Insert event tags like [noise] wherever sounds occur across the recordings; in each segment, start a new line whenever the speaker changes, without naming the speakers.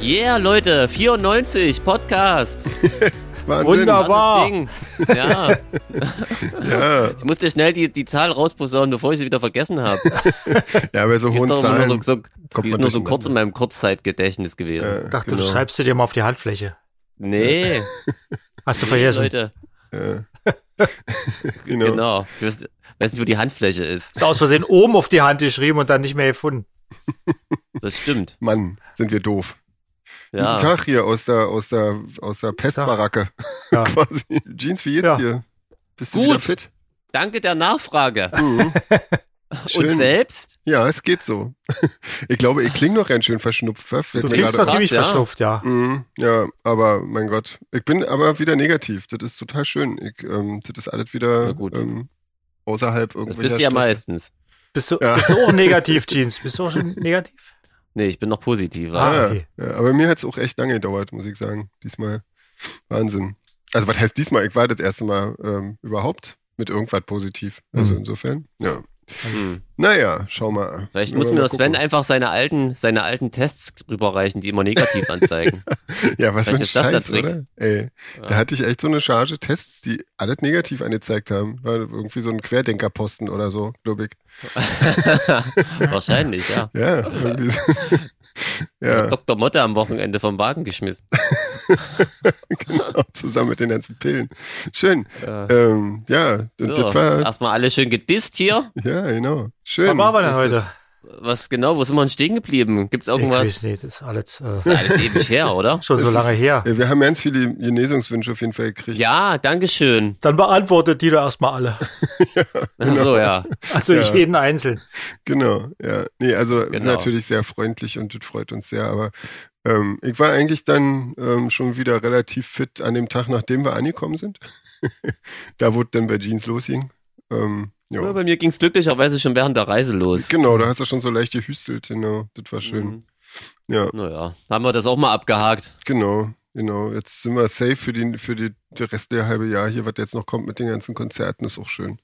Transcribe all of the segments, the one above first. ja, Leute, 94 Podcast.
Wahnsinn.
Wunderbar.
Krasses Ding. Ja.
[laughs] Ja,
Ich musste schnell die, die Zahl rausposaunen, bevor ich sie wieder vergessen habe.
ja bei so
Die
hohen
ist doch immer
Zahlen.
nur so, so,
kommt
die ist
man
nur so
durcheinander.
kurz in meinem Kurzzeitgedächtnis gewesen.
Ja,
Dachte,
genau.
du schreibst sie dir mal auf die Handfläche.
Nee,
Hast du
nee
vergessen.
Leute.
Ja.
Genau.
genau.
Ich weiß, weiß nicht, wo die Handfläche ist.
Ist aus Versehen oben auf die Hand geschrieben und dann nicht mehr gefunden.
Das stimmt.
Mann, sind wir doof.
Ja.
Guten Tag hier aus der, aus der, aus der Pestbaracke. [laughs]
Ja.
Quasi. Jeans, wie geht's
Ja.
dir? Bist
Gut.
du wieder fit?
Danke der Nachfrage.
[laughs]
Mhm.
Und
Schön.
selbst?
Ja, es geht so. Ich glaube, ich klinge noch ganz schön verschnupft. wa? Fällt
Du
mir
klingst doch
gerade
Krass,
ziemlich
ja.
verschnupft, ja.
auf. Mhm, ja, aber mein Gott. Ich bin aber wieder negativ. Das ist total schön. Ich, ähm, das ist alles
Na
wieder
gut.
ähm, außerhalb
Das
irgendwelcher
bist du ja
Stoffe.
meistens.
Bist du,
Ja.
bist du auch negativ, Jeans? Bist du auch schon negativ?
Nee, ich bin noch positiver.
Ah,
Ah,
okay.
ja, aber mir hat es auch echt lange gedauert, muss ich sagen. Diesmal Wahnsinn. Also was heißt diesmal? Ich war das erste Mal ähm, überhaupt mit irgendwas positiv. Also
Mhm.
insofern, ja.
Hm.
Naja, schau mal. an.
Vielleicht
Müssen
muss
wir
mir
mal
das Sven
gucken.
einfach seine alten, seine alten Tests rüberreichen, die immer
[laughs]
negativ anzeigen.
Ja, was für ein
vielleicht ist das der
Scheiß,
Trick.
oder? Ey, da
Ja.
hatte ich echt so eine Charge Tests, die alles negativ angezeigt haben. War irgendwie so ein Querdenkerposten oder so, glaube ich.
Wahrscheinlich, ja.
Ja,
[laughs]
irgendwie so.
Hat
ja, [laughs]
Dr. Motte am Wochenende vom Wagen geschmissen.
genau, zusammen mit den ganzen Pillen. Schön.
Ja.
Ähm, ja, und
So,
das war,
erstmal alle schön gedisst hier.
ja, genau. Schön.
Was machen wir denn
ist
heute?
das.
Was genau, wo sind wir denn stehen geblieben? Gibt's
Ich weiß
irgendwas?
nicht, das ist alles
Das
äh,
ist alles ewig her, oder?
schon so
Das
lange
ist-
her.
Ja, Äh, wir haben ganz viele Genesungswünsche auf jeden Fall gekriegt.
Ja, Dankeschön.
Dann beantwortet die doch
[laughs]
erstmal alle.
Ach
Genau.
So, ja.
Also
Ja.
jeden einzeln.
Genau, ja. Nee, also wir sind
Genau.
natürlich sehr freundlich und das freut uns sehr, aber ähm, ich war eigentlich dann ähm, schon wieder relativ fit an dem Tag, nachdem wir angekommen sind. [laughs] da wo es dann bei Jeans losging. Ähm,
Ja,
ja.
Bei mir ging's glücklicherweise schon während der Reise los.
Genau, da hast du schon so leicht gehüstelt, genau. Das war schön.
Mhm.
Ja,
Naja, haben wir das auch mal abgehakt.
genau. Genau, jetzt sind wir safe für, die, für die, das restliche halbe Jahr hier, was jetzt noch kommt mit den ganzen Konzerten, ist auch schön.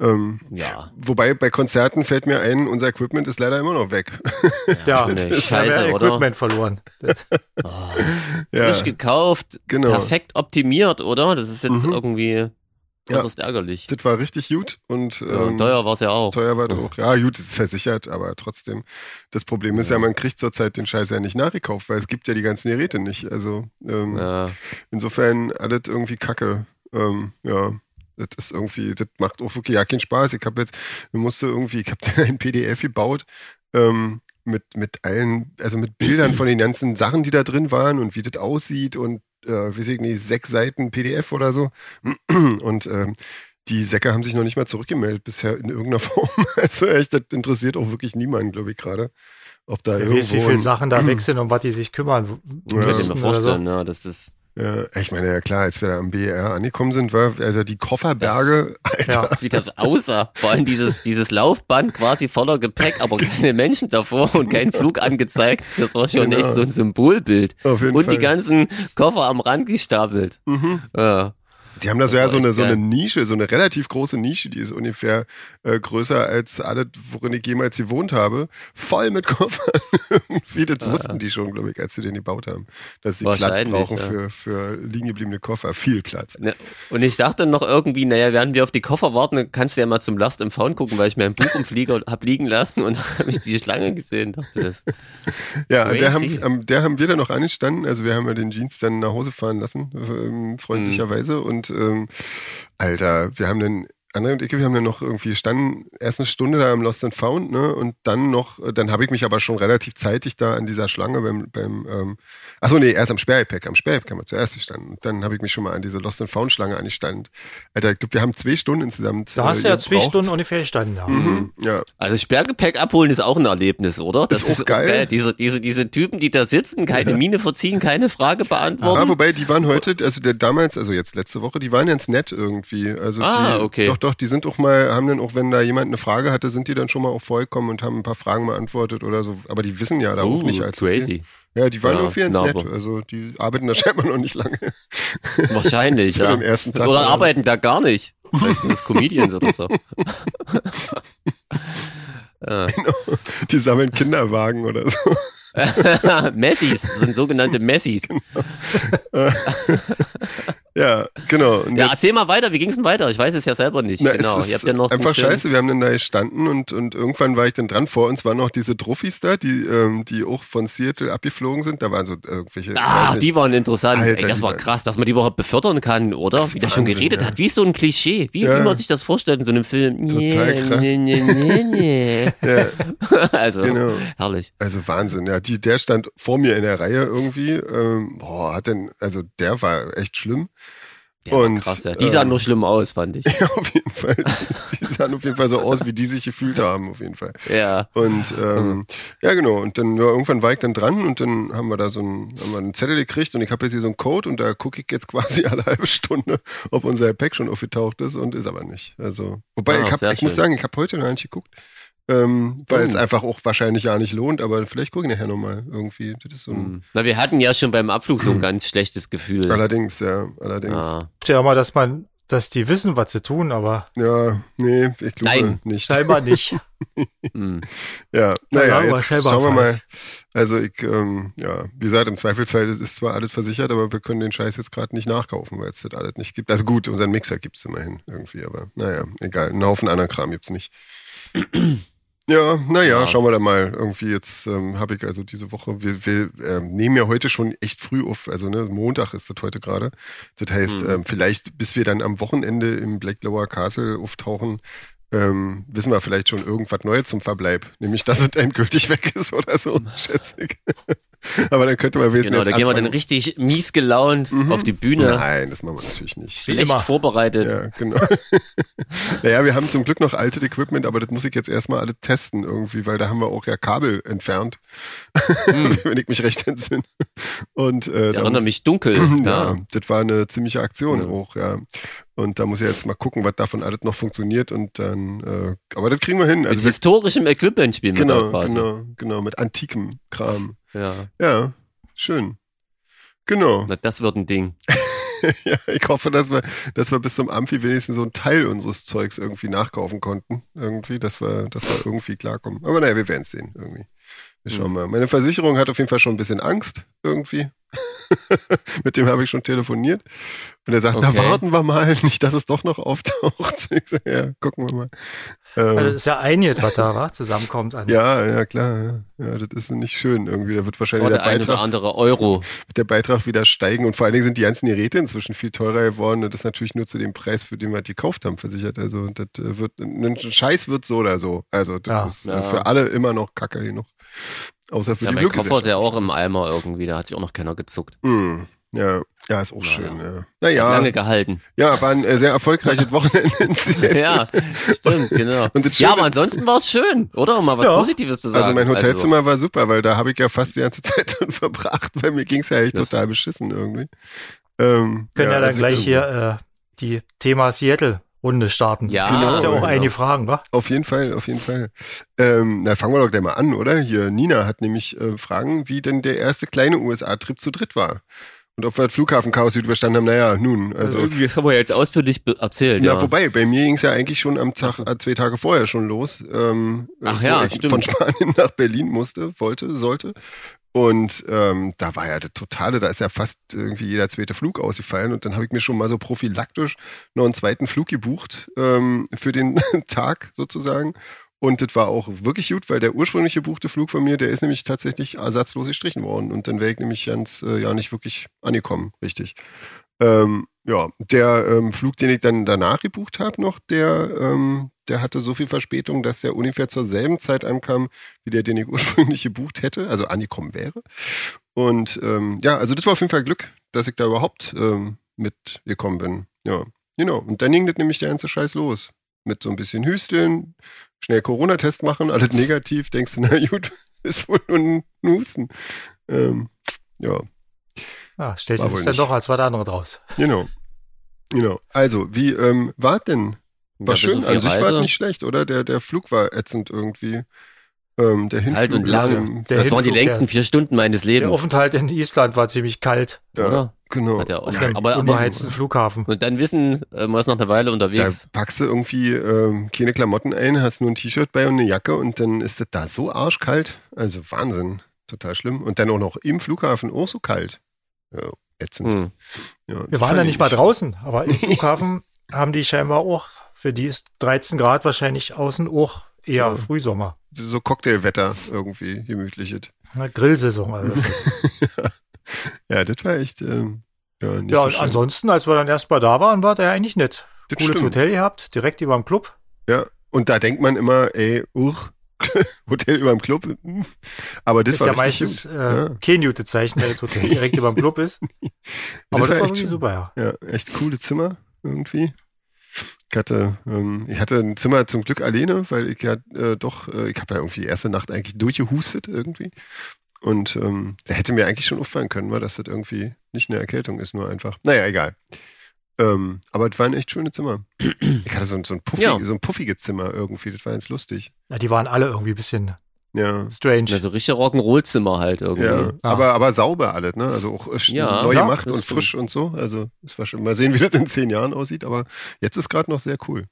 Ähm,
Ja.
Wobei bei Konzerten fällt mir ein, unser Equipment ist leider immer noch weg.
Ja,
nee,
das
scheiße,
haben wir
oder?
Equipment verloren. Das,
Ah,
ja,
Frisch gekauft,
genau.
perfekt optimiert, oder? Das ist jetzt
Mhm.
irgendwie äußerst ärgerlich.
Das war richtig gut und ähm,
Ja, und teuer war's ja auch.
teuer war das auch. Ja, gut, ist versichert, aber trotzdem. Das Problem ist ja, man kriegt zurzeit den Scheiß ja nicht nachgekauft, weil es gibt ja die ganzen Geräte nicht. Also ähm,
Ja.
insofern alles irgendwie Kacke. Ähm, ja. Das ist irgendwie, das macht auch wirklich ja keinen Spaß. Ich habe jetzt, ich musste irgendwie, ich habe dann [laughs] ein PDF gebaut ähm, mit, mit allen, also mit Bildern von den ganzen Sachen, die da drin waren und wie das aussieht und äh, weiß ich nicht, sechs Seiten PDF oder so. [clears throat] Und ähm, die Säcke haben sich noch nicht mal zurückgemeldet bisher in irgendeiner [laughs] Form. Also echt, das interessiert auch wirklich niemanden, glaube ich, gerade. Ob da
wer
irgendwo
weiß, wie viele
ein-
Sachen
[clears throat]
da weg sind und was die sich kümmern.
Ja.
Ich könnte
müssen
mir
oder
vorstellen, ja, dass das
Ja, Äh, ich meine, ja klar, als wir da am BER angekommen sind, war also die Kofferberge, [laughs]
So. Ja.
wie das aussah. Vor allem dieses, dieses Laufband quasi voller Gepäck, aber keine Menschen davor und kein Flug angezeigt. Das war schon
Genau.
echt so ein Symbolbild.
auf jeden
Und
Fall.
die ganzen Koffer am Rand gestapelt.
mhm.
Ja.
Die haben da so
Das
ja
war
so eine,
echt
so eine
geil.
Nische, so eine relativ große Nische, die ist ungefähr äh, größer als alle, worin ich jemals gewohnt habe. Voll mit Koffern. [laughs] Wie das wussten die schon, glaube ich, als sie den gebaut haben. Dass sie Platz
Ah. Wahrscheinlich,
brauchen
ja.
für, für liegengebliebene Koffer. Viel Platz.
Ne, Und ich dachte noch irgendwie, naja, während wir auf die Koffer warten, dann kannst du ja mal zum Last im Faun gucken, weil ich mein Buch im Flieger hab liegen lassen und [laughs] dann habe ich die Schlange gesehen, dachte das.
Ja, an der
Crazy.
haben, am- der haben wir dann noch angestanden. Also wir haben ja den Jeans dann nach Hause fahren lassen, ähm, freundlicherweise.
Mhm.
Und ähm, Alter, wir haben dann, André und ich, wir haben dann noch irgendwie standen, erst eine Stunde da am Lost and Found, ne? Und dann noch, äh, dann habe ich mich aber schon relativ zeitig da an dieser Schlange beim, beim ähm, achso, nee, erst am Sperrpack, am Sperrpack haben wir zuerst gestanden. Und dann habe ich mich schon mal an diese Lost and Found Schlange angestanden. Alter, ich glaube, wir haben zwei Stunden insgesamt.
Da hast du
äh,
ja zwei
gebraucht.
Stunden ungefähr gestanden. Ja.
Mhm, ja,
Also Sperrgepäck abholen ist auch ein Erlebnis, oder? Das äh,
Ist auch geil.
Diese, diese, diese Typen, die da sitzen, keine Miene verziehen, keine Frage
Ja,
beantworten.
wobei, die waren heute, also der damals, also jetzt letzte Woche, die waren ganz nett irgendwie. Also
Ah,
die,
okay.
Doch, doch, die sind auch mal, haben dann auch, wenn da jemand eine Frage hatte, sind die dann schon mal auch vorgekommen und haben ein paar Fragen beantwortet oder so. Aber die wissen ja da
Uh,
auch nicht allzu viel.
crazy.
Ja, die waren
Ja,
irgendwie ganz
na,
nett.
aber-
Also die arbeiten da [laughs] scheinbar noch nicht lange.
Wahrscheinlich,
Für
ja.
den ersten Tag.
Oder arbeiten da gar nicht. Vielleicht sind das Comedians oder
[laughs]
so. Äh,
Die sammeln Kinderwagen oder so. [laughs]
Messis, das sind sogenannte Messis.
Ja, genau. Und
Ja, erzähl mal weiter, wie ging's denn weiter? Ich weiß es ja selber nicht.
Na,
genau,
es ist
ihr habt ja noch den
einfach
schönen-
scheiße. Wir haben dann da gestanden und, und irgendwann war ich dann dran. Vor uns waren noch diese Trophys da, die, ähm, die auch von Seattle abgeflogen sind. Da waren so irgendwelche. weiß
Ach,
nicht.
Ah, die waren interessant.
Alter,
Ey, das
die
war
waren-
krass, dass man die überhaupt befördern kann, oder?
Das
Wie der schon
Wahnsinn,
geredet
ja.
hat, wie so ein Klischee, wie,
Ja.
wie man sich das vorstellt in so einem Film.
Total krass.
Nee, nee, nee, nee.
Ja,
[laughs] Also,
Genau.
herrlich.
also Wahnsinn. Ja, die, der stand vor mir in der Reihe irgendwie. Ähm, boah, hat denn, also der war echt schlimm.
Der war
Und,
krass, ja. Die sahen
ähm, [laughs]
nur schlimm aus, fand ich.
Ja, auf jeden Fall. Die sahen auf jeden Fall so aus, wie die sich gefühlt haben, auf jeden Fall.
Ja.
Und
Mhm.
ähm, ja, genau. Und dann ja, irgendwann war ich dann dran und dann haben wir da so einen, haben wir einen Zettel gekriegt und ich habe jetzt hier so einen Code und da gucke ich jetzt [laughs] quasi alle halbe Stunde, ob unser Gepäck schon aufgetaucht ist und ist aber nicht. Also, wobei
Ah,
ich, hab,
sehr
ich muss
schön.
sagen, ich habe heute noch nicht geguckt, ähm, weil
Oh.
es einfach auch wahrscheinlich ja nicht lohnt, aber vielleicht gucke ich nachher nochmal irgendwie. Das ist so ein,
Hm. Na, wir hatten ja schon beim Abflug so
[clears throat]
ein ganz schlechtes Gefühl.
Allerdings, ja, allerdings.
Mhm. Ah.
Ja, immer, dass man, dass die wissen, was sie tun, aber
Ja, nee, ich glaube
Nein. Halt
nicht. [laughs]
scheinbar nicht.
Hm.
Ja,
Naja,
naja,
aber
jetzt
selber
schauen wir
frei.
mal. Also ich, ähm, ja, wie gesagt, im Zweifelsfall ist, ist zwar alles versichert, aber wir können den Scheiß jetzt gerade nicht nachkaufen, weil es das alles nicht gibt. Also gut, unseren Mixer gibt's immerhin irgendwie, aber naja, egal. Einen Haufen anderen Kram gibt's nicht. Ja, naja,
Ja.
schauen wir da mal. Irgendwie jetzt ähm, habe ich also diese Woche, wir, wir ähm, nehmen ja heute schon echt früh auf, also ne, Montag ist das heute gerade. Das heißt,
Hm.
ähm, vielleicht bis wir dann am Wochenende im Blacklower Castle auftauchen, ähm, wissen wir vielleicht schon irgendwas Neues zum Verbleib. Nämlich, dass es [laughs] endgültig weg ist oder so, schätze ich. [laughs] Aber dann könnte man wissen,
Hm. Genau, da gehen wir ne? dann richtig mies gelaunt auf die Bühne.
Mhm. Nein, das machen wir natürlich nicht.
Schlecht
immer.
vorbereitet.
Ja, genau. [laughs] naja, wir haben zum Glück noch altes Equipment, aber das muss ich jetzt erstmal alle testen irgendwie, weil da haben wir auch ja Kabel entfernt,
Hm.
[laughs] wenn ich mich recht entsinne. Und äh,
Ich
da
erinnere
muss-
mich
[clears throat]
dunkel.
ja,
ja.
das war eine ziemliche Aktion
ah. Ja.
auch, ja. Und da muss ich jetzt mal gucken, was davon alles noch funktioniert und dann, äh, aber das kriegen wir hin.
Mit
Also wir,
historischem Equipment spielen wir da
genau,
quasi.
genau, genau, mit antikem Kram.
Ja.
Ja, schön. Genau.
Na, das wird ein Ding.
[laughs] Ja, ich hoffe, dass wir, dass wir bis zum Amphi wenigstens so einen Teil unseres Zeugs irgendwie nachkaufen konnten. Irgendwie, dass wir, dass wir irgendwie klarkommen. Aber naja, wir werden es sehen irgendwie. Wir schauen
Mhm.
mal. Meine Versicherung hat auf jeden Fall schon ein bisschen Angst irgendwie. [laughs] Mit dem habe ich schon telefoniert. Und er sagt, na
Okay.
warten wir mal, nicht, dass es doch noch auftaucht. [laughs] Ich sag, ja, gucken wir mal. Ähm,
Also ist ja einiges, was da wa? zusammenkommt Also, an.
ja, ja, klar. Ja. ja, das ist nicht schön irgendwie. Da wird wahrscheinlich
Oder
der
der ein
Beitrag
oder andere Euro.
wird der Beitrag wieder steigen und vor allen Dingen sind die ganzen Geräte inzwischen viel teurer geworden und das natürlich nur zu dem Preis, für den wir die gekauft haben, versichert. Also das äh, wird, ein Scheiß wird so oder so. Also
Ja,
das ist äh,
ja.
für alle immer noch Kacke genug. Außer für
Ja,
die
mein Koffer ist
Fluggesellschaft.
ja auch im Eimer irgendwie, da hat sich auch noch keiner gezuckt.
Hm, ja. ja, ist auch
Na
schön.
ja.
Ja.
Hat
Naja,
Lange gehalten.
[laughs] ja, war ein äh, sehr
[laughs]
erfolgreiches Wochenende in Seattle. Also,
Ja, stimmt, genau.
Und das
Ja,
Schöne-
aber ansonsten war es schön, oder? Um mal was
Ja.
Positives zu sagen.
Also mein Hotelzimmer war super, weil da habe ich ja fast die ganze [laughs] Zeit drin verbracht, weil mir ging es ja echt
Das-
total beschissen irgendwie. Ähm,
Können ja, dann
also-
gleich hier äh, die Thema Seattle-Runde starten.
Ja.
Da gibt's ja auch
Genau.
einige Fragen, wa?
Auf jeden Fall, auf jeden Fall. Ähm, na, fangen wir doch gleich mal an, oder? Hier, Nina hat nämlich äh, Fragen, wie denn der erste kleine USA-Trip zu dritt war. Und ob wir das Flughafenchaos gut überstanden haben, naja, nun,
also,
also.
irgendwie das haben wir jetzt ausführlich be- erzählt.
Ja,
Ja,
wobei, bei mir ging es ja eigentlich schon am Tag, äh, zwei Tage vorher schon los. Ähm,
Ach
wo
ja,
ich
stimmt.
Von Spanien [laughs] nach Berlin musste, wollte, sollte. Und ähm, da war ja der totale, da ist ja fast irgendwie jeder zweite Flug ausgefallen. Und dann habe ich mir schon mal so prophylaktisch noch einen zweiten Flug gebucht ähm, für den [laughs] Tag sozusagen. Und das war auch wirklich gut, weil der ursprünglich gebuchte Flug von mir, der ist nämlich tatsächlich ersatzlos gestrichen worden. Und dann wäre ich nämlich ganz, äh, ja, nicht wirklich angekommen, richtig. Ähm, ja, der ähm, Flug, den ich dann danach gebucht habe noch, der, ähm, der hatte so viel Verspätung, dass der ungefähr zur selben Zeit ankam, wie der, den ich [laughs] ursprünglich gebucht hätte, also angekommen wäre. Und ähm, ja, also das war auf jeden Fall Glück, dass ich da überhaupt ähm, mitgekommen bin. Ja, genau. Und dann ging das nämlich der ganze Scheiß los. Mit so ein bisschen Hüsteln, schnell Corona-Test machen, alles negativ, denkst du, na gut, [laughs] ist wohl nur ein Husten. Ähm, ja,
Ja, stellt
War
sich
wohl
dann
nicht.
doch als was anderes draus.
Genau. Genau. Also, wie ähm, war denn?
Ja, bis
War
auf
schön,
die
an sich war
Reise.
es nicht schlecht, oder? Der, der Flug war ätzend irgendwie. Ähm, der Hinflug
Kalt Halt und
mit
lang.
dem-
Der
das waren die
Hinflug,
längsten
der-
vier Stunden meines
Der
Lebens,
Aufenthalt in Island war ziemlich kalt.
ja,
oder?
Genau.
Hat er auch.
Auf einem
aber, aber
unbeheizten Flughafen.
und dann wissen, äh, man ist noch eine Weile
Da
unterwegs.
packst du irgendwie ähm, keine Klamotten ein, hast nur ein T-Shirt bei und eine Jacke und dann ist das da so arschkalt. Also Wahnsinn. total schlimm. Und dann auch noch im Flughafen auch so kalt. Ja, ätzend.
Hm.
Ja,
Wir waren ja nicht mal draußen, aber
[laughs]
im Flughafen haben die scheinbar auch, für die ist 13 Grad wahrscheinlich außen auch eher
Ja.
Frühsommer.
So Cocktailwetter irgendwie, gemütliches.
Ne, Grillsaison. Also.
Ja, das war echt, ähm, ja, nicht
ja,
so
und
schön.
ansonsten, als wir dann erst mal da waren, war der eigentlich nett.
Das
Cooles
stimmt.
Hotel gehabt, direkt über dem Club.
Ja, und da denkt man immer, ey, uch, [laughs] Hotel über dem Club. hm. Aber das
ist
war
ja
richtig
meistens
gut.
äh,
Ja.
kein gutes Zeichen, wenn
[laughs]
das Hotel direkt über dem Club ist. Aber das, war
echt
wirklich
schön.
super, ja.
Ja, echt coole Zimmer irgendwie. Ich hatte, ähm, ich hatte ein Zimmer zum Glück alleine, weil ich ja äh, doch, äh, ich habe ja irgendwie die erste Nacht eigentlich durchgehustet irgendwie. Und ähm, da hätte mir eigentlich schon auffallen können, weil das das irgendwie nicht eine Erkältung ist, nur einfach. Naja, egal. Ähm, aber es waren echt schöne Zimmer. Ich hatte so, ein- so, ein puffig,
Ja.
so ein puffiges Zimmer irgendwie, das war jetzt lustig.
ja. Die waren alle irgendwie ein bisschen
Ja.
strange.
Na, so richtige Rock'n'Roll-Zimmer halt irgendwie.
Ja,
Ah.
aber, aber sauber alles, ne? Also auch äh,
Ja,
neu
ja,
gemacht
das
und
stimmt.
frisch und so. Also es war schon, mal sehen, [laughs] wie das in zehn Jahren aussieht, aber jetzt ist gerade noch sehr cool.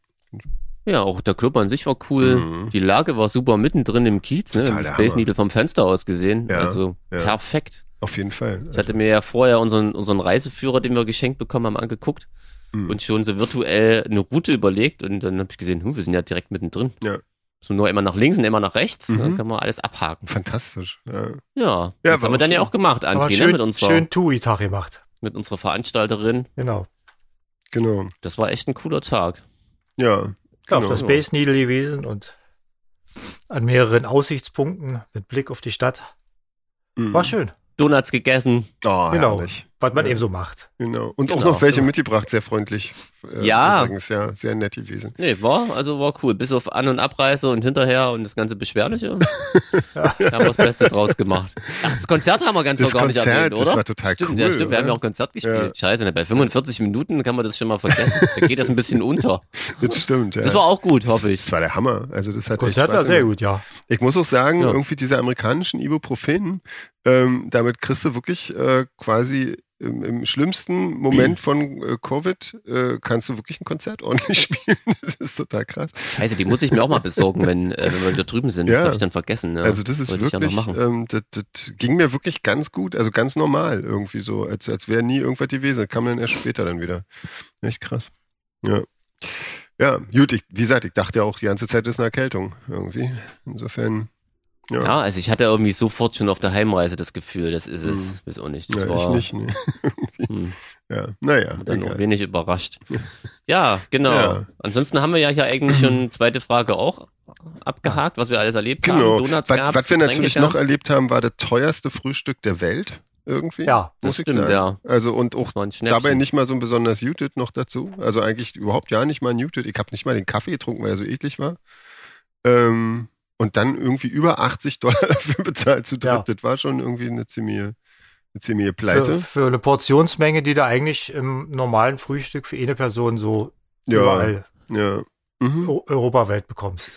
Ja, auch der Club an sich war cool.
Mhm.
Die Lage war super mittendrin im Kiez, ne?
Total
Im
der
Space
Hammer.
Needle vom Fenster aus gesehen.
Ja,
also
ja.
perfekt.
Auf jeden Fall.
Ich hatte mir ja vorher unseren, unseren Reiseführer, den wir geschenkt bekommen haben, angeguckt
Also, mm.
Mhm.
und schon so virtuell eine Route überlegt und dann habe ich gesehen, hm, wir sind ja direkt mittendrin.
Ja.
So nur immer nach links und immer nach rechts,
Mhm.
dann kann man alles abhaken.
Fantastisch. Ja.
Ja,
Ja,
das
war
haben wir
auch
dann ja
schön.
auch gemacht,
Aber
André, ne?
schön,
mit, unserer,
schön Touri-Tag gemacht.
mit unserer Veranstalterin.
Genau.
Genau.
Das war echt ein cooler Tag.
Ja.
Ja, Auf
Genau.
der Space Needle gewesen und an mehreren Aussichtspunkten mit Blick auf die Stadt.
Mhm.
War schön,
Donuts gegessen.
Oh,
Genau.
genau.
was man
Ja.
eben so macht.
genau. Und auch
Genau.
noch welche mitgebracht, sehr freundlich. äh,
Ja.
Übrigens, ja, sehr nett gewesen.
Nee, war, also war cool. Bis auf An- und Abreise und hinterher und das ganze Beschwerliche.
[laughs]
Ja.
Da haben wir das Beste draus gemacht. Ach, das Konzert haben wir ganz
Das
noch gar nicht
Konzert,
erwähnt,
das
oder?
war total
stimmt,
cool,
Ja, stimmt, wir haben
oder?
ja auch Konzert gespielt.
Ja.
Scheiße, ne, bei 45 Minuten kann man das schon mal vergessen. Da geht das ein bisschen unter.
Das stimmt, ja.
Das war auch gut, hoffe ich.
Das war der Hammer. Also das hat echt
Konzert war
Spaß
sehr
gemacht.
gut, ja.
Ich muss auch sagen,
Ja.
irgendwie diese amerikanischen Ibuprofen, ähm, damit kriegst du wirklich äh, quasi im, im schlimmsten Moment von äh, Covid, äh, kannst du wirklich ein Konzert ordentlich [laughs] spielen. Das ist total krass.
Scheiße, die muss ich mir auch mal besorgen, wenn, äh, wenn wir wieder drüben sind.
Ja.
Das habe ich dann vergessen. Ne?
also das ist
Sollte ich ja noch
wirklich,
machen.
ähm, das, das ging mir wirklich ganz gut, also ganz normal irgendwie so, als, als wäre nie irgendwas gewesen. Kam dann erst später dann wieder. Echt krass. Ja. Ja, gut, ich, wie gesagt, ich dachte ja auch, die ganze Zeit ist eine Erkältung irgendwie. Insofern, äh, ja.
Ja, also ich hatte irgendwie sofort schon auf der Heimreise das Gefühl, das ist es. Weiß auch nicht. Das
Hm. Ja, ich
war
nicht, nee.
Hm,
Ja, naja.
dann
egal.
auch wenig überrascht.
[laughs]
Ja, genau.
Ja.
Ansonsten haben wir ja hier eigentlich
[clears throat]
schon zweite Frage auch abgehakt, was wir alles erlebt
Genau.
haben. Donuts
was,
gab's,
was wir
Getränke
natürlich noch
gab's.
erlebt haben, war das teuerste Frühstück der Welt irgendwie.
Ja,
das
muss ich
stimmt,
sagen.
ja.
Also und auch
Das war ein Schnäppchen.
dabei nicht mal so ein besonders Jutet noch dazu. Also eigentlich überhaupt ja nicht mal ein Jutet. Ich habe nicht mal den Kaffee getrunken, weil er so eklig war. Ähm, und dann irgendwie über 80 Dollar [laughs] dafür bezahlt zu dritt.
Ja.
Das war schon irgendwie eine ziemliche, eine ziemliche
Für,
Pleite.
für eine Portionsmenge, die du eigentlich im normalen Frühstück für eine Person so
ja,
überall Oh.
ja. Mhm.
o- europaweit bekommst.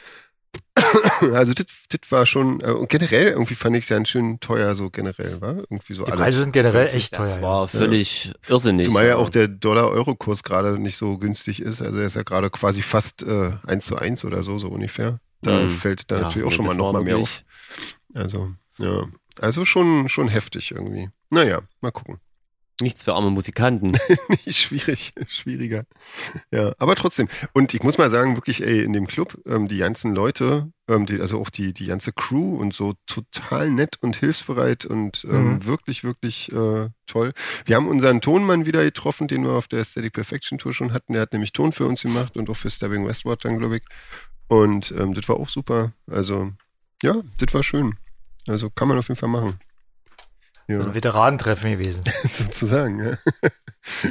Also das das war schon, äh, und generell irgendwie fand ich es ganz schön teuer, so generell, war irgendwie so
Die
alles.
Preise sind generell echt teuer.
Das
ja.
war völlig irrsinnig.
Zumal ja auch der Dollar-Euro-Kurs gerade nicht so günstig ist. Also er ist ja gerade quasi fast äh, 1 zu 1 oder so, so ungefähr. Da
Hm.
fällt da
Ja,
natürlich auch
nee,
schon mal
das
noch
war
mal mehr auf.
wirklich-
Also, ja. Also schon, schon heftig irgendwie. Naja, mal gucken.
Nichts für arme
[laughs]
Musikanten.
Nicht schwierig, schwieriger. Ja, aber trotzdem. Und ich muss mal sagen, wirklich, ey, in dem Club, ähm, die ganzen Leute, ähm, die, also auch die, die ganze Crew und so total nett und hilfsbereit und ähm,
Mhm.
wirklich, wirklich äh, toll. Wir haben unseren Tonmann wieder getroffen, den wir auf der Aesthetic Perfection Tour schon hatten. Der hat nämlich Ton für uns gemacht und auch für Stabbing Westward dann, glaube ich. Und ähm, das war auch super. Also, ja, das war schön. Also kann man auf jeden Fall machen. Ja
So Also ein Veteranentreffen gewesen.
[laughs] sozusagen. Ja.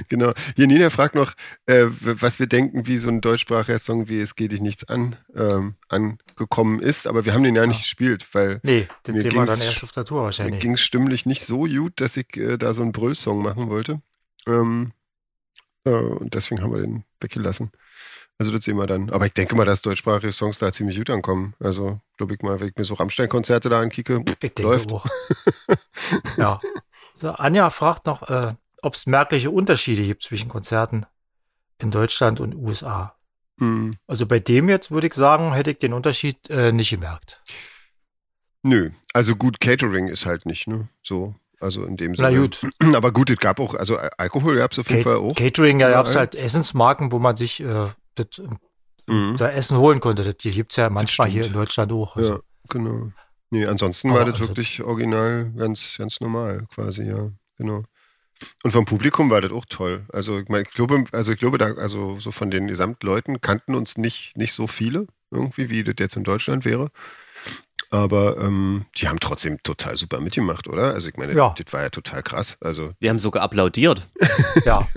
genau. Hier Nina fragt noch, äh, w- was wir denken, wie so ein deutschsprachiger Song wie Es geht dich nichts an ähm, angekommen ist, aber wir haben den ja nicht
Ah.
gespielt, weil
Nee, das
Mir
sehen wir
ging's
dann erst auf der Tour
mir
wahrscheinlich.
ging es stimmlich nicht so gut, dass ich äh, da so einen Brüll-Song machen wollte. Ähm, äh, und deswegen haben wir den weggelassen. Also das sehen wir dann. Aber ich denke mal, dass deutschsprachige Songs da ziemlich gut ankommen. Also glaube ich mal, wenn ich mir so Rammstein-Konzerte da ankicke,
Ich denke
läuft. [laughs]
auch. ja. So, Anja fragt noch, äh, ob es merkliche Unterschiede gibt zwischen Konzerten in Deutschland und USA.
mh,
Also bei dem jetzt würde ich sagen, hätte ich den Unterschied äh, nicht gemerkt.
Nö, also gut, Catering ist halt nicht, ne? So, also in dem
Na
Sinne.
gut.
[clears throat] Aber gut, es gab auch, also Al- Alkohol gab es auf jeden Fall auch.
Catering, da gab es
Überall.
halt Essensmarken, wo man sich äh, das, äh,
Mhm.
da Essen holen konnte. Das gibt es ja manchmal
stimmt.
hier in Deutschland auch. Also,
Ja, genau. Nee, ansonsten
Aber
war das
also-
wirklich original ganz, ganz normal quasi, ja. Genau. Und vom Publikum war das auch toll. Also ich, mein, ich glaube, also ich glaube, da, also so von den Gesamtleuten kannten uns nicht, nicht so viele irgendwie, wie das jetzt in Deutschland wäre. Aber ähm, die haben trotzdem total super mitgemacht, oder? Also ich meine,
Ja.
das war ja total krass. Also
Wir haben sogar applaudiert.
[laughs]
ja,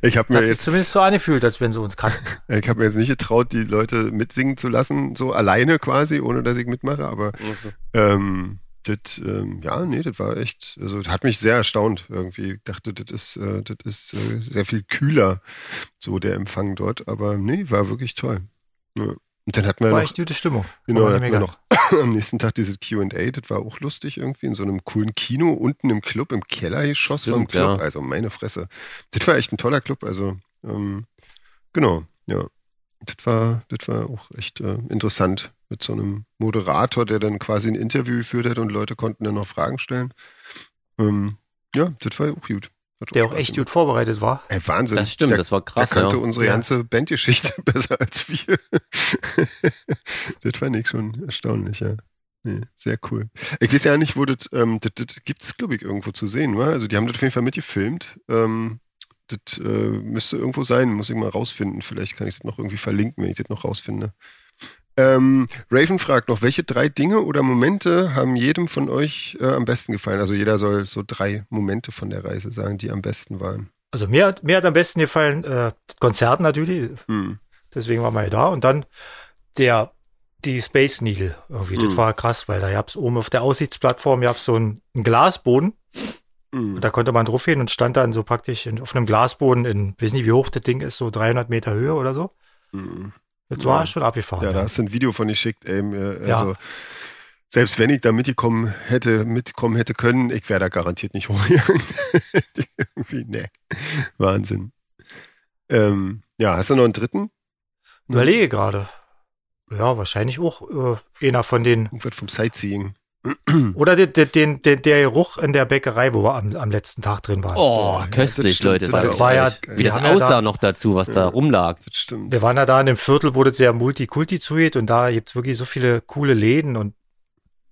ich habe mir
hat sich
jetzt,
zumindest so angefühlt, als wenn sie uns kannten.
ich habe mir jetzt nicht getraut, die Leute mitsingen zu lassen, so alleine quasi, ohne dass ich mitmache. Aber Ähm, das, ähm, ja, nee, das war echt, also das hat mich sehr erstaunt irgendwie. Ich dachte, das ist, äh, das ist äh, sehr viel kühler, so der Empfang dort. Aber nee, war wirklich toll. Ja. Und dann hatten wir
War
noch,
echt gute Stimmung.
genau,
War
hatten wir
mega.
noch [laughs] am nächsten Tag dieses QA, das war auch lustig irgendwie, in so einem coolen Kino, unten im Club, im Kellergeschoss vom
Stimmt,
Club.
ja.
Also meine Fresse. Das war echt ein toller Club, also ähm, genau, ja. Das war, das war auch echt äh, interessant mit so einem Moderator, der dann quasi ein Interview geführt hat und Leute konnten dann noch Fragen stellen. Ähm, ja, das war auch gut. Hat
Der auch
Spaß
echt
gemacht.
gut vorbereitet war.
Ey, Wahnsinn.
Das stimmt,
der,
das war krass.
der kannte
ja.
unsere
Ja.
ganze Bandgeschichte [laughs] besser als wir. [laughs] das fand ich schon erstaunlich, ja. Nee, sehr cool. Ich weiß ja nicht, wo das, ähm, das, das gibt es, glaube ich, irgendwo zu sehen, wa? Also die haben das auf jeden Fall mitgefilmt. Ähm, das äh, müsste irgendwo sein, muss ich mal rausfinden. Vielleicht kann ich das noch irgendwie verlinken, wenn ich das noch rausfinde. Ähm, Raven fragt noch, welche drei Dinge oder Momente haben jedem von euch äh, am besten gefallen? Also jeder soll so drei Momente von der Reise sagen, die am besten waren.
Also mir, hat- mir hat am besten gefallen, äh, das Konzert natürlich,
Hm.
deswegen waren wir ja da. Und dann der, die Space Needle irgendwie,
Mhm.
das war krass, weil da gab es oben auf der Aussichtsplattform gab's so einen, einen Glasboden
Mhm.
und da konnte man drauf gehen und stand dann so praktisch in, auf einem Glasboden in, weiß nicht wie hoch das Ding ist, so 300 Meter Höhe oder so.
Mhm.
Das
Ja.
war schon abgefahren.
Ja, da hast du ein Video von geschickt. Ey, mir,
Oh, Ja.
also, selbst wenn ich da mitgekommen hätte, mitkommen hätte können, ich wäre da garantiert nicht [laughs] hochgegangen. Irgendwie, ne. Wahnsinn. Ähm, ja, hast du noch einen dritten?
Überlege gerade. Ja, wahrscheinlich auch äh, einer von den.
Irgendwas vom Sightseeing. Hm.
Oder den, den, den, den, der Geruch in der Bäckerei, wo wir am, am letzten Tag drin waren.
Oh,
das
köstlich,
stimmt,
Leute.
das
Sag
war-
ich
war ja-
euch. Wie
wir
das
haben ja
aussah
da-
noch dazu, was da
Ja.
rumlag.
Das stimmt.
Wir waren ja da in dem Viertel, wo das sehr Multikulti zugeht und da gibt's wirklich so viele coole Läden und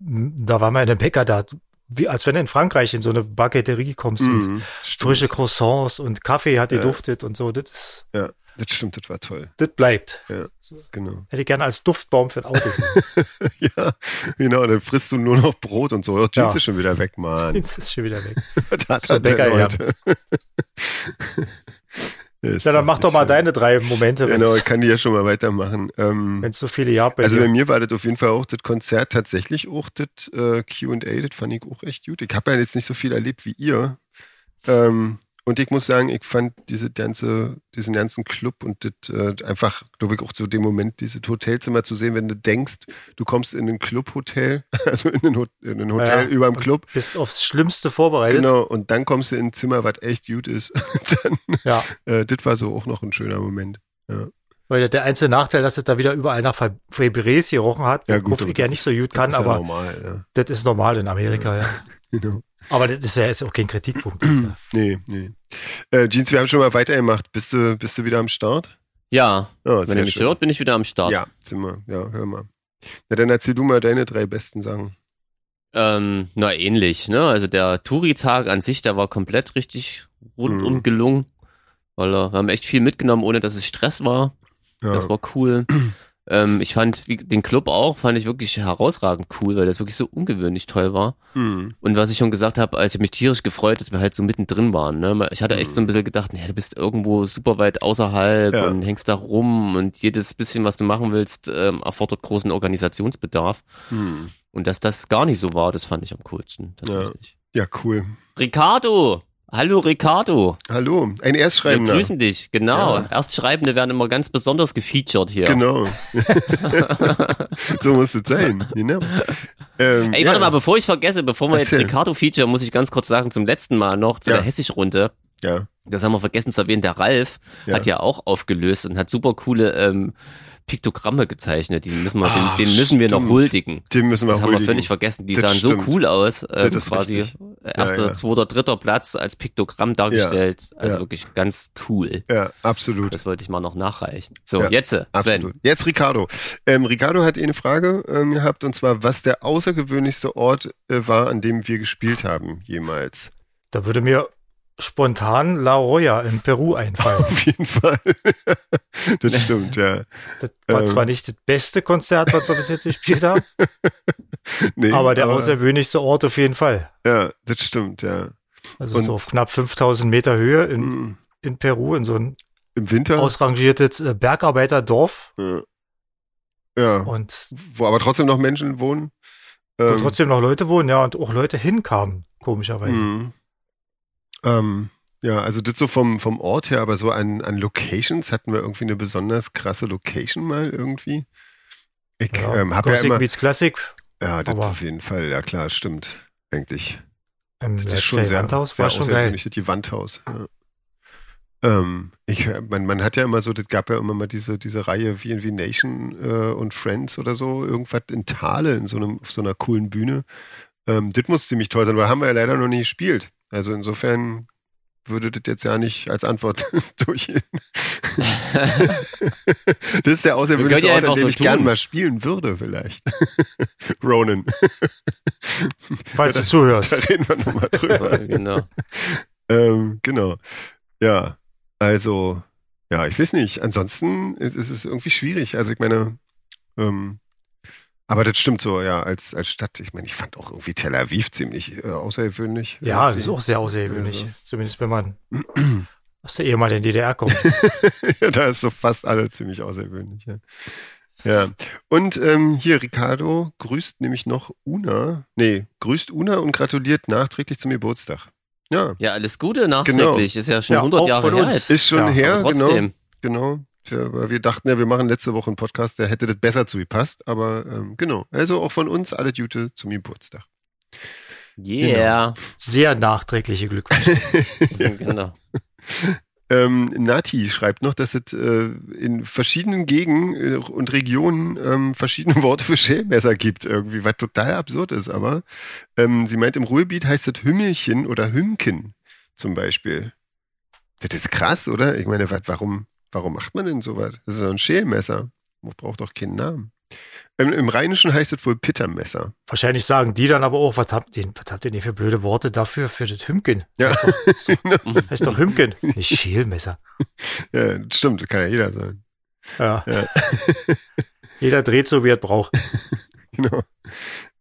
m, da waren wir in einem Bäcker da, wie, als wenn du in Frankreich in so eine Baguetterie kommst und
Mhm,
frische Croissants und Kaffee hat
Ja.
geduftet und so, das, ist-
ja, das stimmt, das war toll.
das bleibt.
Genau. [laughs]
Hätte ich gerne als Duftbaum für ein Auto. [laughs]
ja, genau, dann frisst du nur noch Brot und so. Oh, Jeans
Ja.
ist schon wieder weg,
[laughs]
Mann.
Jetzt ist schon wieder weg.
Was hat
Zum
er denn
Bäcker, ja.
heute? [laughs] Ist
Ja, dann mach doch
nicht
mal
schön.
deine drei Momente,
Genau, ich
wenn's
kann die ja schon mal weitermachen. Ähm,
wenn es so viele gab. bei
also
dir.
bei mir war das auf jeden Fall auch das Konzert tatsächlich auch das äh, QA, das fand ich auch echt gut. Ich habe ja jetzt nicht so viel erlebt wie ihr. Ähm, und ich muss sagen, ich fand diese ganze, diesen ganzen Club und das äh, einfach, glaube ich, auch so den Moment, dieses Hotelzimmer zu sehen, wenn du denkst, du kommst in ein Clubhotel, [laughs] also in ein, Ho in ein Hotel
Ja, ja.
über dem Club.
Bist aufs Schlimmste vorbereitet.
Genau, und dann kommst du in ein Zimmer, was echt gut ist. [laughs] dann,
Ja,
äh, das war so auch noch ein schöner Moment.
weil der einzige Nachteil, dass es da wieder überall nach Fa- Febrés gerochen hat,
Ja, gut,
worauf
aber
ich ja
das
nicht so gut
Das
kann,
ist ja
aber
normal, ja.
das ist normal in Amerika, ja.
Genau.
Aber das ist ja jetzt auch kein Kritikpunkt.
Nee, nee. Äh, Jeans, wir haben schon mal weitergemacht. Bist du, bist du wieder am Start?
Ja,
Oh,
wenn ihr mich hört, bin ich wieder am Start.
Ja, sind wir. Ja, hör mal. Na, dann erzähl du mal deine drei besten Sachen.
Ähm, na, ähnlich, ne? Also der Touri-Tag an sich, der war komplett richtig rundum
Mhm.
gelungen. Weil äh, wir haben echt viel mitgenommen, ohne dass es Stress war.
Ja.
Das war cool. ähm, ich fand wie, den Club auch, fand ich wirklich herausragend cool, weil das wirklich so ungewöhnlich toll war.
Hm.
Und was ich schon gesagt habe, also ich hab mich tierisch gefreut, dass wir halt so mittendrin waren. Ne? Ich hatte echt so ein bisschen gedacht, nee, du bist irgendwo super weit außerhalb
Ja.
und hängst da rum und jedes bisschen, was du machen willst, ähm, erfordert großen Organisationsbedarf.
Hm.
Und dass das gar nicht so war, das fand ich am coolsten. Tatsächlich.
Ja, cool.
Ricardo! Hallo Ricardo!
Hallo, ein
Wir
Erstschreibender.
grüßen dich, genau.
Ja.
Erstschreibende werden immer ganz besonders gefeatured hier.
Genau. [laughs] so muss es sein. Genau. Ähm,
Ey, warte mal, bevor ich vergesse, bevor wir jetzt
Erzähl.
Ricardo feature, muss ich ganz kurz sagen, zum letzten Mal noch, zu
Ja.
der Hessig-Runde.
Ja.
das haben wir vergessen zu erwähnen, der Ralf
Ja.
hat ja auch aufgelöst und hat super coole ähm, Piktogramme gezeichnet. Die müssen wir,
Ach,
den, den müssen wir noch
stimmt.
huldigen.
Den müssen wir
Das haben wir
huldigen.
völlig vergessen. Die
Das
sahen
stimmt.
so cool aus. Ähm,
Das ist
quasi
richtig.
erster,
ja.
zweiter, dritter Platz als Piktogramm dargestellt. Also
ja.
wirklich ganz cool.
Ja, absolut.
Das wollte ich mal noch nachreichen. So,
Ja,
jetzt, Sven. [laughs]
Absolut. Jetzt Ricardo. Ähm, Ricardo hat eh eine Frage ähm, gehabt und zwar, was der außergewöhnlichste Ort äh, war, an dem wir gespielt haben jemals.
Da würde mir spontan La Roya in
[laughs]
Peru einfallen.
Auf jeden Fall. das stimmt, ja.
Das war
Ähm.
zwar nicht das beste Konzert, was wir bis jetzt gespielt haben,
[laughs] Nee,
aber der außergewöhnlichste Ort auf jeden Fall.
Ja, das stimmt, ja.
Also
Und-
so auf knapp 5000 Meter Höhe in,
Mhm.
in Peru, in so ein
Im Winter.
ausrangiertes äh, Bergarbeiterdorf
ja. ja.
und
Wo aber trotzdem noch Menschen wohnen.
wo
Ähm,
trotzdem noch Leute wohnen, ja, und auch Leute hinkamen, komischerweise.
Mhm. Ähm, ja, also das so vom, vom Ort her, aber so an, an Locations hatten wir irgendwie eine besonders krasse Location mal irgendwie. Ich
Ja,
ähm, habe ja
Classic
immer.
Beats Classic
Ja, das
aber-
auf jeden Fall. Ja, klar, stimmt. Eigentlich.
im
Das
Let's
ist schon
Say
sehr,
Landhaus
sehr
war schon geil.
außergewöhnlich, das Die Wandhaus. Ja. Ähm, ich, man, man hat ja immer so, das gab ja immer mal diese, diese Reihe V&V Nation äh, und Friends oder so, irgendwas in Thale, in so einem, auf so einer coolen Bühne. Ähm, das muss ziemlich toll sein, weil haben wir ja leider noch nie gespielt. Also insofern würde das jetzt ja nicht als Antwort [laughs]
[laughs]
durchgehen. das ist
Wir
der
können
außergewöhnliche
ja
Ort, an
einfach
dem
so
ich gern
tun.
mal spielen würde, vielleicht. [laughs] Ronan,
Falls
[laughs]
du zuhörst.
da reden wir nochmal
[laughs]
drüber.
Ja, genau.
Ähm, genau. Ja, also, ja, ich weiß nicht. Ansonsten ist, ist es irgendwie schwierig. Also, ich meine, ähm, aber das stimmt so, ja, als, als Stadt. Ich meine, ich fand auch irgendwie Tel Aviv ziemlich äh, außergewöhnlich.
Ja, das
Irgendwie.
ist auch sehr außergewöhnlich.
Also.
Zumindest wenn man aus der ehemaligen DDR kommt.
[laughs] ja, da ist so fast alle ziemlich außergewöhnlich. Ja. ja. Und ähm, hier, Ricardo grüßt nämlich noch Una. Nee, grüßt Una und gratuliert nachträglich zum Geburtstag. Ja,
Ja, alles Gute nachträglich.
Genau.
Ist ja schon
Ja,
100
auch
Jahre
von
her
uns.
jetzt.
ist schon
Ja,
her,
Aber
genau.
trotzdem.
Genau. Ja, aber wir dachten ja, wir machen letzte Woche einen Podcast, der hätte das besser zu gepasst. Aber ähm, genau. Also auch von uns alle Jute zum Geburtstag.
Yeah.
Sehr nachträgliche Glückwünsche.
[laughs] Genau.
Ähm, Nati schreibt noch, dass es äh, in verschiedenen Gegenden äh, und Regionen ähm, verschiedene [laughs] Worte für Schälmesser gibt, irgendwie, was total absurd ist. Aber ähm, sie meint, im Ruhrgebiet heißt es Hümmelchen oder Hümken zum Beispiel. Das ist krass, oder? Ich meine, wat, warum, warum macht man denn sowas? Das ist doch ein Schälmesser. Man braucht doch keinen Namen. Ähm, Im Rheinischen heißt es wohl Pittermesser.
Wahrscheinlich sagen die dann aber auch, was habt ihr, was habt ihr denn für blöde Worte dafür, für das Hümken?
Ja.
Heißt doch, heißt doch Hümken, nicht Schälmesser.
[laughs] Ja, das stimmt, das kann ja jeder sein.
Ja.
Ja.
Jeder dreht so, wie er braucht.
[laughs] genau.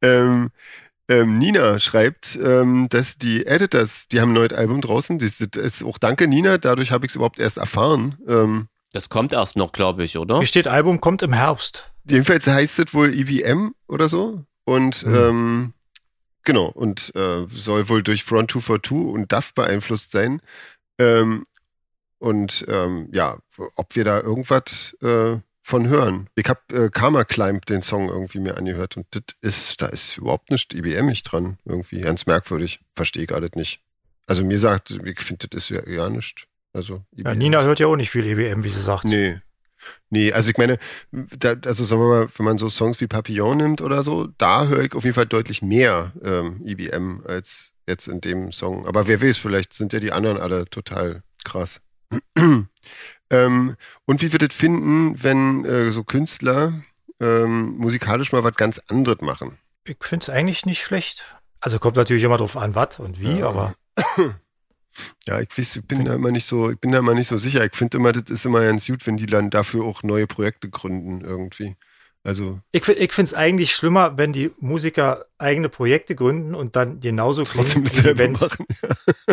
Ähm, ähm, Nina schreibt, ähm, dass die Editors, die haben ein neues Album draußen. Das das ist auch danke, Nina. Dadurch habe ich es überhaupt erst erfahren. Ähm,
Das kommt erst noch, glaube ich, oder?
Hier steht, Album kommt im Herbst.
jedenfalls heißt es wohl EVM oder so. Und
Mhm.
ähm, genau, und äh, soll wohl durch Front 242 und DAF beeinflusst sein. Ähm, und ähm, ja, ob wir da irgendwas äh, von hören. Ich habe äh, Karma Climb den Song irgendwie mir angehört und das ist, da ist überhaupt nicht IBM nicht dran. Irgendwie ganz merkwürdig. Verstehe ich alles nicht. Also mir sagt, ich finde, das ist ja, ja nicht. Also
Ja,
IBM.
Nina hört ja auch nicht viel EBM, wie sie sagt.
Nee. Nee, also ich meine, da, also sagen wir mal, wenn man so Songs wie Papillon nimmt oder so, da höre ich auf jeden Fall deutlich mehr ähm, IBM als jetzt in dem Song. Aber wer weiß, vielleicht sind ja die anderen alle total krass. [clears throat] ähm, und wie wird es finden, wenn äh, so Künstler ähm, musikalisch mal was ganz anderes machen?
Ich finde es eigentlich nicht schlecht. Also kommt natürlich immer drauf an, was und wie,
Ja.
aber
Ja, ich weiß, ich bin da immer nicht so, ich bin da immer nicht so sicher. Ich finde immer, das ist immer ganz gut, wenn die dann dafür auch neue Projekte gründen irgendwie. Also
ich, find- ich finde es eigentlich schlimmer, wenn die Musiker eigene Projekte gründen und dann genauso
trotzdem
klingen, wie die
dasselbe
Band,
machen.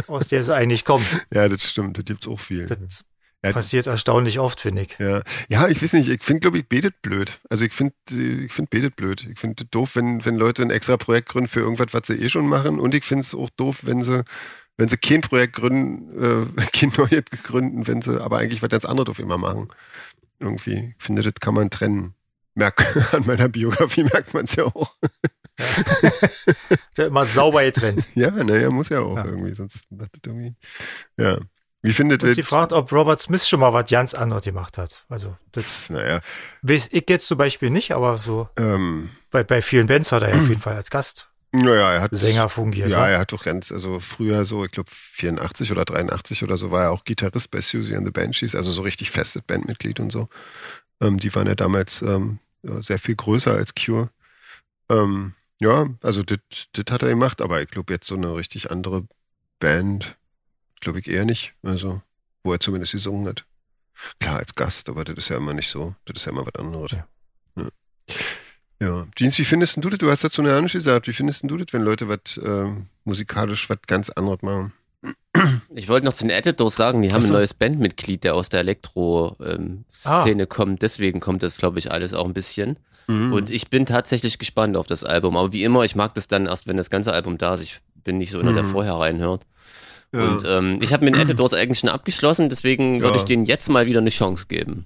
aus der sie eigentlich kommen.
[laughs] Ja, das stimmt, das gibt's auch viel.
Das
Ja,
passiert erstaunlich oft, finde ich.
ja. ja, ich weiß nicht, ich finde, glaube ich, betet blöd. Also ich finde, ich finde betet blöd. Ich finde doof, wenn, wenn Leute ein extra Projekt gründen für irgendwas, was sie eh schon machen. Und ich finde es auch doof, wenn sie, wenn sie kein Projekt gründen, äh, [laughs] kein neues gründen, wenn sie aber eigentlich was ganz anderes auf immer machen. Irgendwie. Ich finde, das kann man trennen. Merk, [laughs] an meiner Biografie merkt man es ja auch.
Der immer sauber getrennt.
[laughs] Ja, naja, muss ja auch
Ja.
irgendwie, sonst macht das irgendwie. Ja. Wie findet
Und sie
ihr,
fragt, ob Robert Smith schon mal was ganz anderes gemacht hat. Also, das
naja,
weiß ich jetzt zum Beispiel nicht, aber so
ähm,
bei, bei vielen Bands hat er ja auf jeden Fall als Gastsänger
naja, er hat
fungiert. ne?
Ja,
wa?
er hat doch ganz, also früher so, ich glaube 84 oder 83 oder so, war er auch Gitarrist bei Susie and the Banshees, also so richtig festes Bandmitglied und so. Ähm, die waren ja damals ähm, ja, sehr viel größer als Cure. Ähm, ja, also das das hat er gemacht, aber ich glaube jetzt so eine richtig andere Band, glaube ich eher nicht, also wo er zumindest gesungen hat. Klar, als Gast, aber das ist ja immer nicht so, das ist ja immer was anderes.
Ja.
Ja. Ja, Jeans, wie findest denn du das? Du hast dazu eine Ahnung gesagt. Wie findest denn du das, wenn Leute was ähm, musikalisch was ganz anderes machen?
Ich wollte noch zu den Editors sagen, die haben
Ach so.
ein neues Bandmitglied, der aus der
Ah.
Elektro-Szene kommt. Deswegen kommt das, glaube ich, alles auch ein bisschen.
Mhm.
Und ich bin tatsächlich gespannt auf das Album. Aber wie immer, ich mag das dann erst, wenn das ganze Album da ist. Ich bin nicht so einer, der
Mhm.
vorher reinhört.
ja.
Und ähm, ich habe mit den Editors eigentlich schon abgeschlossen, deswegen würde
Ja.
ich denen jetzt mal wieder eine Chance
[laughs]
geben,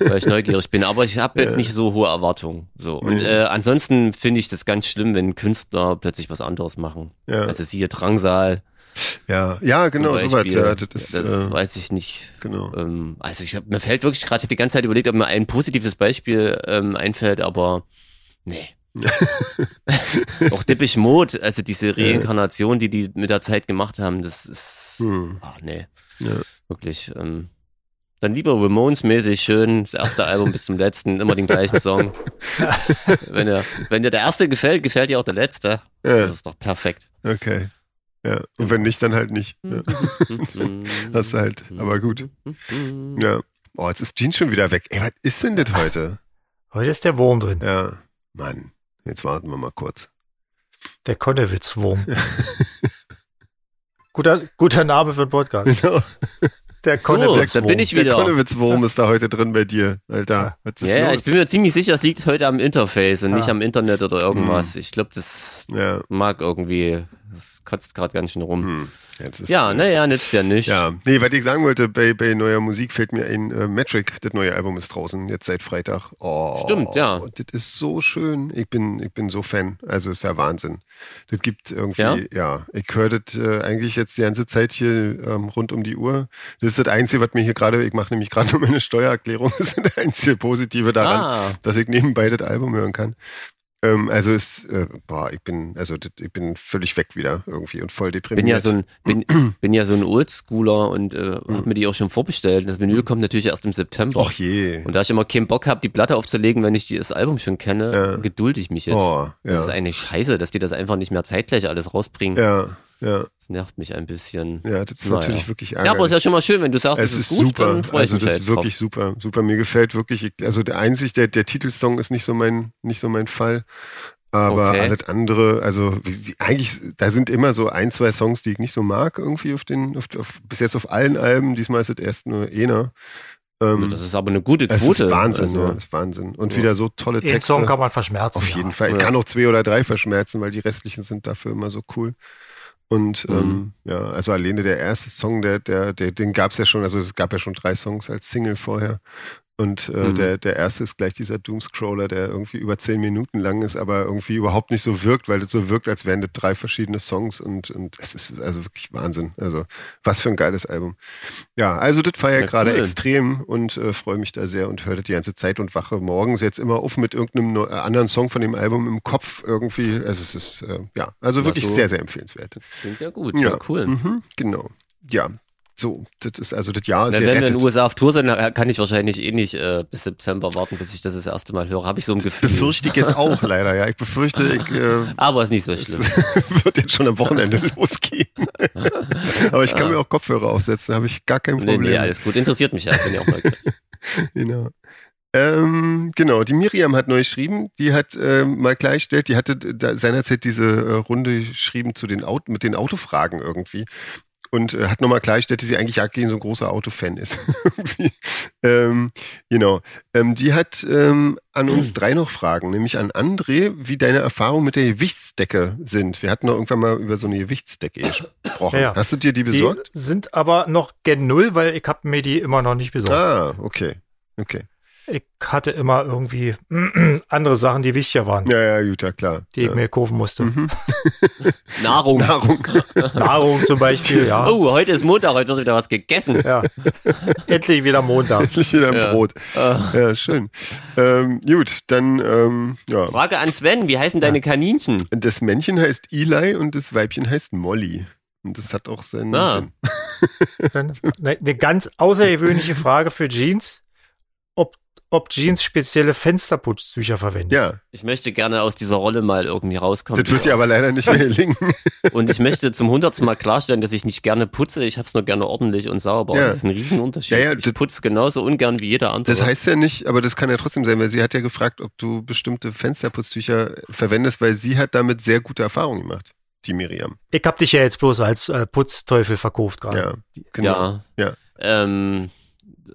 weil ich neugierig bin. Aber ich habe jetzt nicht so hohe Erwartungen. So. Und
Nee.
äh, ansonsten finde ich das ganz schlimm, wenn Künstler plötzlich was anderes machen.
ja.
Also siehe Drangsal.
ja, ja, genau,
zum
soweit.
Beispiel.
Ja, das ist,
das
äh,
weiß ich nicht.
genau.
Ähm, also ich hab, mir fällt wirklich gerade, ich habe die ganze Zeit überlegt, ob mir ein positives Beispiel ähm, einfällt, aber
[laughs]
nee. Auch Dippisch Mode, also diese Reinkarnation, die die mit der Zeit gemacht haben, das ist,
Hm.
ah nee,
Ja.
wirklich. Ähm, dann lieber Ramones-mäßig schön, das erste Album bis zum letzten, immer den gleichen Song.
[laughs]
wenn, dir, wenn dir der erste gefällt, gefällt dir auch der letzte.
Ja,
Das ist doch perfekt.
okay. Ja. Und wenn nicht, dann halt nicht. Ja. Hast du halt,
Mhm.
aber gut. Ja. Oh, jetzt ist Jeans schon wieder weg. Ey, was ist denn das heute?
Heute ist der Wurm drin,
Ja. Mann, jetzt warten wir mal kurz. [laughs]
der Konnewitz-Wurm. guter, guter Name für einen Podcast.
Genau.
Der
So,
Konnewitz-Wurm.
da bin ich
Der
wieder.
Konnewitz-Wurm ist da heute drin bei dir, Alter. Was ist
Ja, ja,
los?
ich bin mir ziemlich sicher, es liegt heute am Interface und nicht
Ah.
am Internet oder
Hm.
irgendwas. Ich glaube, das
ja.
mag irgendwie, das kotzt gerade ganz schön rum.
Hm. ja, das ist,
Ja, ne, naja, nützt ja nicht.
Ja, nee, was ich sagen wollte, bei, bei neuer Musik fällt mir ein äh, Metric, das neue Album ist draußen, jetzt seit Freitag. Oh,
Stimmt, ja.
und Das ist so schön. Ich bin, ich bin so Fan. Also ist ja Wahnsinn. Das gibt irgendwie,
Ja?
ja, ich höre das äh, eigentlich jetzt die ganze Zeit hier ähm, rund um die Uhr. Das ist das Einzige, was mir hier gerade, ich mache nämlich gerade [laughs] nur meine Steuererklärung, das ist das einzige Positive daran
ah,
dass ich nebenbei das Album hören kann. Ähm, also ist, äh, boah, ich bin, also das- ich bin völlig weg wieder irgendwie und voll deprimiert.
bin ja so ein,
[clears throat]
bin, bin ja so ein Oldschooler und äh, hab mir die auch schon vorbestellt. Das Menü kommt natürlich erst im September.
Och Hm. je.
Und da ich immer keinen Bock habe, die Platte aufzulegen, wenn ich die- das Album schon kenne,
Ja.
gedulde ich mich jetzt.
oh,
Das
ja.
ist eine Scheiße, dass die das einfach nicht mehr zeitgleich alles rausbringen.
ja, ja,
Das nervt mich ein bisschen.
ja, das ist
Naja.
natürlich wirklich ärgerlich.
Ja, aber ist ja schon mal schön, wenn du sagst,
es
es,
ist
gut,
super,
dann freue ich
also
mich
das
da jetzt
ist wirklich
drauf.
super, super. Mir gefällt wirklich, ich- also der einzig, der, der Titelsong ist nicht so mein, nicht so mein Fall. Aber
Okay.
alles andere, also wie- die- eigentlich, da sind immer so ein, zwei Songs, die ich nicht so mag, irgendwie auf den, auf, auf, bis jetzt auf allen Alben, diesmal ist das erst nur einer. Ähm,
Also Das ist aber eine gute
Es
Quote.
ist Wahnsinn,
Also,
ja, es ist Wahnsinn. Und
Ja.
wieder so tolle
Den
Texte.
Song kann man verschmerzen.
Auf jeden Fall. Ich
Ja.
kann auch zwei oder drei verschmerzen, weil die restlichen sind dafür immer so cool. Und
Mhm.
ähm, ja, also alleine der erste Song, der, der, der, den gab es ja schon, also es gab ja schon drei Songs als Single vorher. Und äh,
Mhm.
der, der erste ist gleich dieser Doomscroller, der irgendwie über zehn Minuten lang ist, aber irgendwie überhaupt nicht so wirkt, weil das so wirkt, als wären das drei verschiedene Songs und, und es ist also wirklich Wahnsinn. Also was für ein geiles Album. Ja, also das feiere ich
Ja,
gerade
cool.
extrem und äh, freue mich da sehr und höre das die ganze Zeit und wache morgens jetzt immer auf mit irgendeinem neu- äh, anderen Song von dem Album im Kopf irgendwie. Also es ist, äh, ja, also
Ja,
wirklich
so.
sehr, sehr empfehlenswert.
Klingt ja gut, ja, cool.
Mhm, genau. Ja, so, das ist also das Jahr ist
Na, wenn wir in
gerettet.
den USA auf Tour sind, dann kann ich wahrscheinlich eh nicht äh, bis September warten, bis ich das das erste Mal höre. Habe ich so ein Gefühl.
Befürchte ich jetzt auch leider, ja. Ich befürchte, ich,
[laughs]
äh,
Aber ist nicht so schlimm.
[laughs] wird jetzt schon am Wochenende
[laughs]
[laughs] losgehen. Aber ich kann mir auch Kopfhörer aufsetzen, da habe ich gar kein
Nee,
Problem.
nee, alles gut. Interessiert mich ja. Bin ja auch
[laughs]
mal
Genau. Ähm, genau, die Miriam hat neu geschrieben, die hat ähm, mal klargestellt, die hatte da seinerzeit diese äh, Runde geschrieben zu den Auto, mit den Autofragen irgendwie und äh, hat nochmal klargestellt, dass sie eigentlich eigentlich so ein großer Autofan ist. [laughs] Irgendwie. ähm, genau. Ähm, die hat ähm, an uns
Hm.
drei noch Fragen, nämlich an André, wie deine Erfahrungen mit der Gewichtsdecke sind. Wir hatten doch irgendwann mal über so eine Gewichtsdecke gesprochen.
Ja, ja.
Hast du dir die
Die
besorgt?
sind aber noch gen Null, weil ich habe mir die immer noch nicht besorgt.
ah, okay. Okay.
ich hatte immer irgendwie [clears throat] andere Sachen, die wichtiger waren,
Ja, Mhm. ja, gut, ja, klar.
die ich
ja.
mir kaufen musste.
Nahrung.
Nahrung.
[laughs] Nahrung zum Beispiel, ja.
Oh, heute ist Montag, heute wird wieder was gegessen.
ja. Endlich wieder Montag.
Endlich wieder ein
Ja.
Brot.
Äh,
Ja, schön. Ähm, gut, dann, ähm, ja.
Frage an Sven, wie heißen deine Kaninchen?
Das Männchen heißt Eli und das Weibchen heißt Molly. Und das hat auch seinen
Ah.
Sinn.
Dann Eine eine ganz außergewöhnliche Frage für Jeans, ob, ob Jeans spezielle Fensterputztücher verwendet.
Ja,
Ich möchte gerne aus dieser Rolle mal irgendwie rauskommen.
das wird dir aber leider nicht [laughs] mehr gelingen.
Und ich möchte zum hundertsten Mal klarstellen, dass ich nicht gerne putze. Ich habe es nur gerne ordentlich und sauber.
Ja.
Das ist ein Riesenunterschied.
Ja, ja, das-
ich putze genauso ungern wie jeder andere.
Das heißt ja nicht, aber das kann ja trotzdem sein, weil sie hat ja gefragt, ob du bestimmte Fensterputztücher verwendest, weil sie hat damit sehr gute Erfahrungen gemacht, die Miriam.
Ich hab dich ja jetzt bloß als äh, Putzteufel verkauft gerade.
Ja, genau.
Ja.
Ja.
Ähm,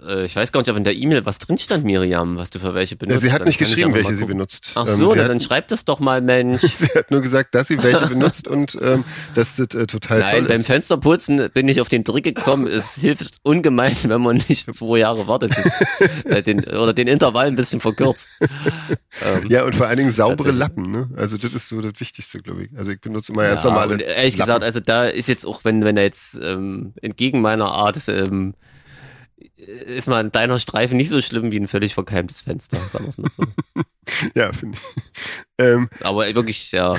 äh, ich weiß gar nicht, ob in der E-Mail was drin stand, Miriam, was du für welche
Ja,
benutzt.
sie hat
Dann
nicht
kann ich
geschrieben,
aber mal
welche sie
gucken.
benutzt.
Ach
Ähm,
so,
sie,
na,
hat,
dann schreib das doch mal,
[laughs]
Mensch.
sie hat nur gesagt, dass sie [laughs] welche benutzt und ähm, dass das äh, total
Nein,
toll
beim
ist.
Fensterputzen bin ich auf den Trick gekommen. Es hilft ungemein, wenn man nicht zwei Jahre wartet
[laughs]
bis, äh, den, oder den Intervall ein bisschen verkürzt. Ähm,
Ja, und vor allen Dingen saubere
Tatsächlich.
Lappen, ne? Also das ist so das Wichtigste, glaube ich. Also ich benutze immer ganz
Ja,
normale.
und ehrlich
Lappen.
gesagt, also da ist jetzt auch, wenn, wenn er jetzt ähm, entgegen meiner Art ähm, ist mal ein deiner Streifen nicht so schlimm wie ein völlig verkeimtes Fenster, sagen wir's mal so. äh
Ja, finde ich. [laughs] Ähm,
Aber wirklich,
[laughs]
ja.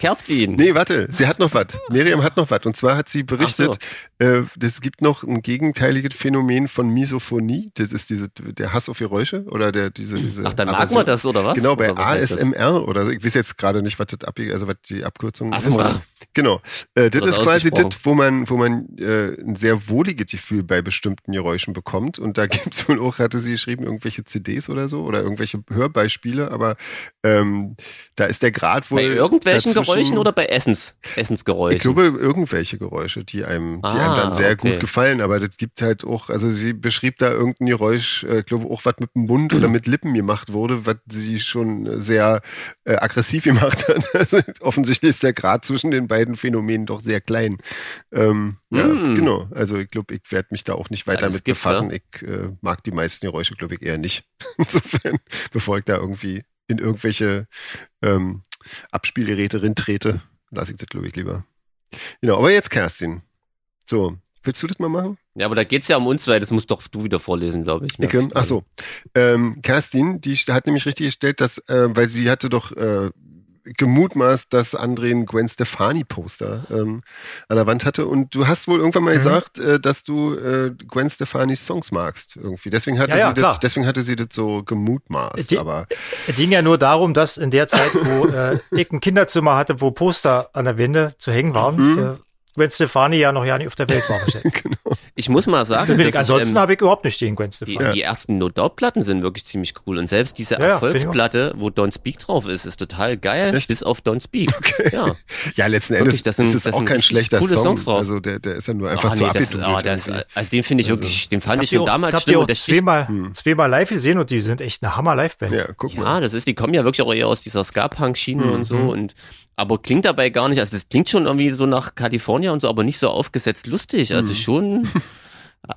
Kerstin,
Nee, warte, sie hat noch was. Miriam hat noch was. Und zwar hat sie berichtet, äh, es gibt noch ein gegenteiliges Phänomen von Misophonie. Das ist diese, der Hass auf Geräusche oder der, diese, diese.
Hm. ach, dann mag
Aversion.
man das, oder was?
Genau, bei
oder was heißt das?
ASMR oder so. ich weiß jetzt gerade nicht, was, das ab, also was die Abkürzung
ASMR.
ist. Genau. Äh, das
Oder
ist
so
quasi das,
ausgesprochen.
wo man, wo man äh, ein sehr wohliges Gefühl bei bestimmten Geräuschen bekommt. Und da [laughs] gibt es wohl auch, hatte sie geschrieben, irgendwelche CDs oder so oder irgendwelche Hörbeispiele, aber ähm, da ist der Grad wohl.
Bei irgendwelchen
dazwischen-
Geräuschen oder bei Essens, Essensgeräuschen?
ich glaube, irgendwelche Geräusche, die einem, die einem
Ah,
dann sehr
okay.
gut gefallen, aber das gibt halt auch, also sie beschrieb da irgendein Geräusch, äh, ich glaube auch, was mit dem Mund oder mit Lippen gemacht wurde, was sie schon sehr äh, aggressiv [laughs] gemacht hat. Also offensichtlich ist der Grad zwischen den beiden Phänomenen doch sehr klein. Ähm, Ja,
Mm.
genau. Also ich glaube, ich werde mich da auch nicht weiter
Alles
mit
gibt,
befassen. Ich äh, mag die meisten Geräusche, glaube ich, eher nicht. [laughs] Insofern, bevor ich da irgendwie in irgendwelche ähm, Abspielgeräte rintrete, lasse ich das, glaube ich, lieber. Genau, aber jetzt Kerstin. So, willst du das mal machen?
ja, aber da geht's ja um uns, weil das musst doch du wieder vorlesen, glaube ich. ne?
Ich, ähm, ach so. Ähm, Kerstin, die st- hat nämlich richtig gestellt, dass, äh, weil sie hatte doch äh, gemutmaßt, dass André ein Gwen Stefani-Poster ähm, an der Wand hatte. Und du hast wohl irgendwann mal
Mhm.
gesagt, äh, dass du äh, Gwen Stefanis Songs magst irgendwie. Deswegen hatte,
Ja, ja,
sie, das,
klar.
deswegen hatte sie das so gemutmaßt.
Die-
aber
Es ging ja nur darum, dass in der Zeit, wo äh, ich ein Kinderzimmer hatte, wo Poster an der Wände zu hängen waren, äh, Gwen Stefani ja noch ja nicht auf der Welt war.
[laughs]
wahrscheinlich.
Ich muss mal sagen, dass
Deswegen,
ich,
Ansonsten
ähm,
habe ich überhaupt nicht gegen Gwen
die,
Stefani.
die ersten No-Doubt-Platten sind wirklich ziemlich cool. Und selbst diese
Ja, ja, finde ich auch.
Erfolgsplatte, wo Don't Speak drauf ist, ist total geil,
Echt?
bis auf Don't Speak. Ja.
ja, letzten
Wirklich,
Endes
das sind-
ist das,
das
auch
sind
kein
richtig
schlechter
coole
Song.
Songs drauf.
Also der, der ist ja nur einfach
Ah,
zu
nee, das,
abgedudelt
ah, das,
irgendwie.
also den finde ich wirklich, den fand ich schon
ich
damals
hab die
schlimm.
auch
und der spricht-
zweimal, zweimal live gesehen und die sind echt eine Hammer-Live-Band.
Ja, guck
Hm.
mal.
äh,
Mhm.
Ja, das ist, die kommen ja wirklich auch eher aus dieser Ska-Punk-Schiene und so und, aber klingt dabei gar nicht, also das klingt schon irgendwie so nach Kalifornien und so, aber nicht so aufgesetzt lustig, also
Mhm. [laughs]
schon,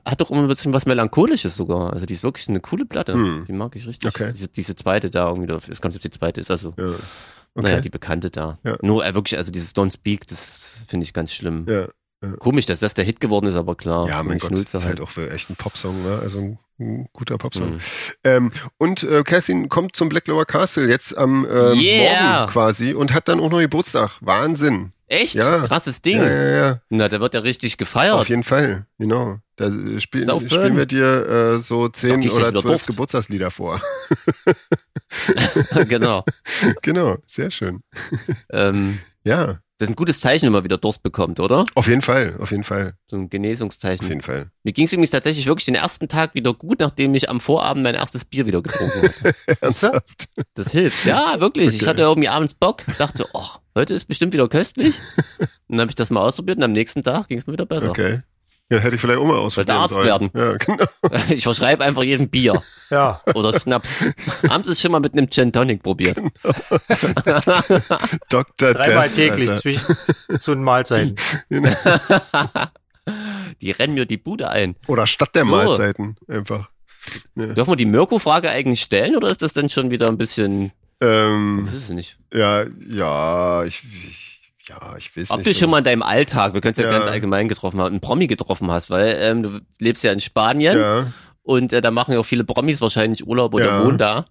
hat doch immer ein bisschen was Melancholisches sogar, also die ist wirklich eine coole Platte,
Hm.
die mag ich richtig.
Okay.
Diese, diese zweite da irgendwie, drauf. es kommt, ob die zweite ist, also,
Ja.
naja,
Okay.
die bekannte da.
Ja.
Nur äh, wirklich, also dieses Don't Speak, das finde ich ganz schlimm.
ja.
Komisch, dass das der Hit geworden ist, aber klar.
Ja,
eine
mein Gott, das
Schnulze
ist halt auch echt ein Popsong, ne? also ein, ein guter Popsong.
Mhm.
Ähm, und äh, Kerstin kommt zum Black Lower Castle jetzt am ähm,
Yeah!
Morgen quasi und hat dann auch noch Geburtstag. Wahnsinn.
Echt?
Ja.
Krasses Ding.
Ja, ja, ja.
Na, da wird ja richtig
Auf
gefeiert.
jeden Fall, genau. Da äh, spiel,
Sau
spielen wir dir äh, so
Doch,
zehn
ich
oder
hätte
zwölf
Durst.
Geburtstagslieder vor. [laughs]
[laughs] genau.
genau, sehr schön.
Ähm,
Ja,
das ist ein gutes Zeichen, wenn man wieder Durst bekommt, oder?
auf jeden Fall, auf jeden Fall,
So ein
auf
Genesungszeichen.
jeden Fall.
Mir ging es übrigens tatsächlich wirklich den ersten Tag wieder gut, nachdem ich am Vorabend mein erstes Bier wieder getrunken
[laughs]
habe.
Ernsthaft?
Das hilft. Ja, wirklich. Ich
Okay.
hatte irgendwie abends Bock, dachte, ach, heute ist bestimmt wieder
[laughs]
köstlich. Und dann habe ich das mal ausprobiert und am nächsten Tag ging es mir wieder besser.
Okay. Ja, hätte ich vielleicht auch mal ausprobiert.
Arzt werden.
Ja, [laughs] genau.
[laughs] Ich verschreibe einfach jedem Bier [laughs]
Ja,
oder
[laughs]
Schnaps. Haben Sie es schon mal mit einem Gin Tonic probiert?
Genau. Dr.
dreimal
Death,
täglich
Alter.
zwischen, [laughs] zu den Mahlzeiten.
Hm. [laughs]
Genau.
Die rennen mir die Bude ein.
Oder statt der
So.
Mahlzeiten einfach. Ja.
Dürfen wir die Mirko-Frage eigentlich stellen oder ist das dann schon wieder ein bisschen.
Ähm,
Das ist nicht.
ja, ja, ich, ich, ja, ich weiß
Ob
nicht.
du schon mal in deinem Alltag, wir können es ja,
Ja.
ganz allgemein getroffen haben, einen Promi getroffen hast, weil ähm, du lebst ja in Spanien
Ja,
und äh, da machen ja auch viele Promis wahrscheinlich Urlaub oder
Ja.
wohnen da.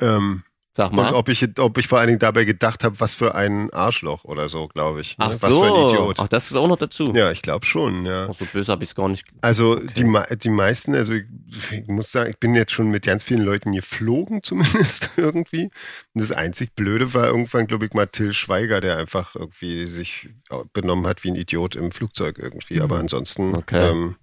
ähm,
Sag
und
mal.
ob ich, ob ich vor allen Dingen dabei gedacht habe, was für ein Arschloch oder so, glaube ich.
Ach
ne?
so.
Was für ein Idiot.
Ach, das ist auch noch dazu.
Ja, ich glaube schon, ja.
Ach, so böse habe ich es gar nicht.
Also die, mei- die meisten, also ich, ich muss sagen, ich bin jetzt schon mit ganz vielen Leuten geflogen [laughs] zumindest irgendwie. Und das einzig Blöde war irgendwann, glaube ich, mal Till Schweiger, der einfach irgendwie sich benommen hat wie ein Idiot im Flugzeug irgendwie. Aber ansonsten,
Mhm. Okay.
ähm,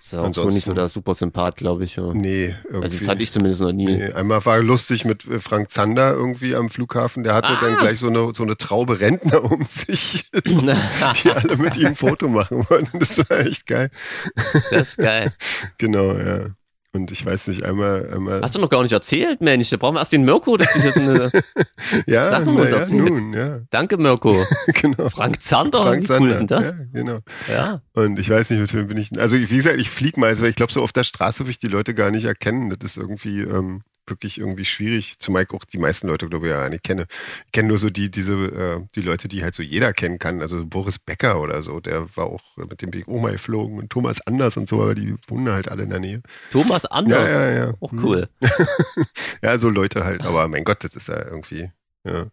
Ist ja auch so
Ansonsten-
nicht so der super Sympath, glaube ich. Ja.
nee,
also
irgendwie.
fand ich zumindest noch nie.
Nee, einmal war lustig mit äh, Frank Zander irgendwie am Flughafen. Der hatte
Ah.
dann gleich so eine, so eine Traube Rentner um
[laughs]
sich, die alle mit ihm ein Foto machen wollten. Das war echt geil.
das ist
[laughs]
geil.
Genau, ja. Und ich weiß nicht, einmal, einmal.
Hast du noch gar nicht erzählt, Mensch. Da brauchen wir erst den Mirko, dass du hier so
[laughs]
eine.
ja,
Sachen
na
uns
ja,
erzählst?
nun, ja, [laughs]
Danke, Mirko.
genau.
Frank Zander, wie cool
Zander,
ist denn das?
Ja, genau.
Ja.
Und ich weiß nicht, mit wem bin ich. Also, wie gesagt, ich flieg meist, weil ich glaube, so auf der Straße will ich die Leute gar nicht erkennen. Das ist irgendwie ähm, wirklich irgendwie schwierig. Zumal ich auch die meisten Leute, glaube ich, ja gar nicht kenne. Ich kenne nur so die, diese, äh, die Leute, die halt so jeder kennen kann. Also Boris Becker oder so, der war auch mit dem Big Oma geflogen und Thomas Anders und so, aber die wohnen halt alle in der Nähe.
Thomas Anders.
Ja, ja, ja.
Auch cool.
Ja, so Leute halt, aber mein Gott, das ist ja irgendwie, ja.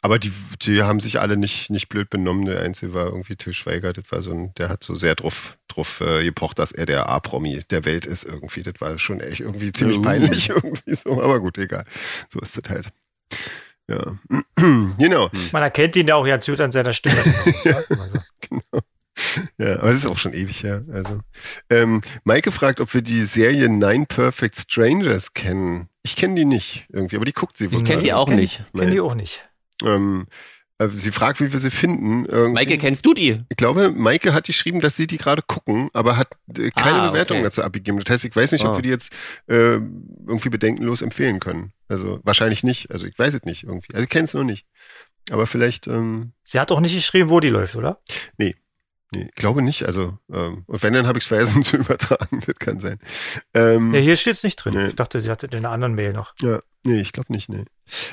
Aber die, die haben sich alle nicht, nicht blöd benommen. Der Einzige war irgendwie Till Schweiger, das war so ein, der hat so sehr drauf, drauf äh, gepocht, dass er der A-Promi der Welt ist irgendwie. Das war schon echt irgendwie ziemlich
Uh.
peinlich irgendwie so, aber gut, egal. So ist das halt. Ja. [clears throat] genau.
Hm.
Man erkennt ihn ja auch ganz gut an
[laughs]
seiner Stimme. Also,
Ja, aber das ist auch schon ewig her. Also. Ähm, Maike fragt, ob wir die Serie Nine Perfect Strangers kennen. Ich kenne die nicht irgendwie, aber die guckt sie wohl.
Ich kenne die auch
Kenn-
nicht.
Kenn die auch nicht.
Ähm, äh, sie fragt, wie wir sie finden. Irgendwie-
Maike, kennst du die?
ich glaube, Maike hat geschrieben, dass sie die gerade gucken, aber hat äh, keine
Ah,
Bewertung
okay.
dazu abgegeben. Das heißt, ich weiß nicht,
Ah.
ob wir die jetzt äh, irgendwie bedenkenlos empfehlen können. Also wahrscheinlich nicht. Also ich weiß es nicht irgendwie. Also ich kenne es noch nicht. Aber vielleicht, ähm,
Sie hat auch nicht geschrieben, wo die läuft, oder?
nee, ich glaube nicht. Also, ähm, und wenn, dann habe ich es vergessen [laughs] zu übertragen. Das kann sein. Ähm,
Hm.
Ja, hier steht's nicht drin.
Nee.
Ich dachte, sie hatte in einer anderen Mail noch.
Ja, nee, ich glaube nicht, nee.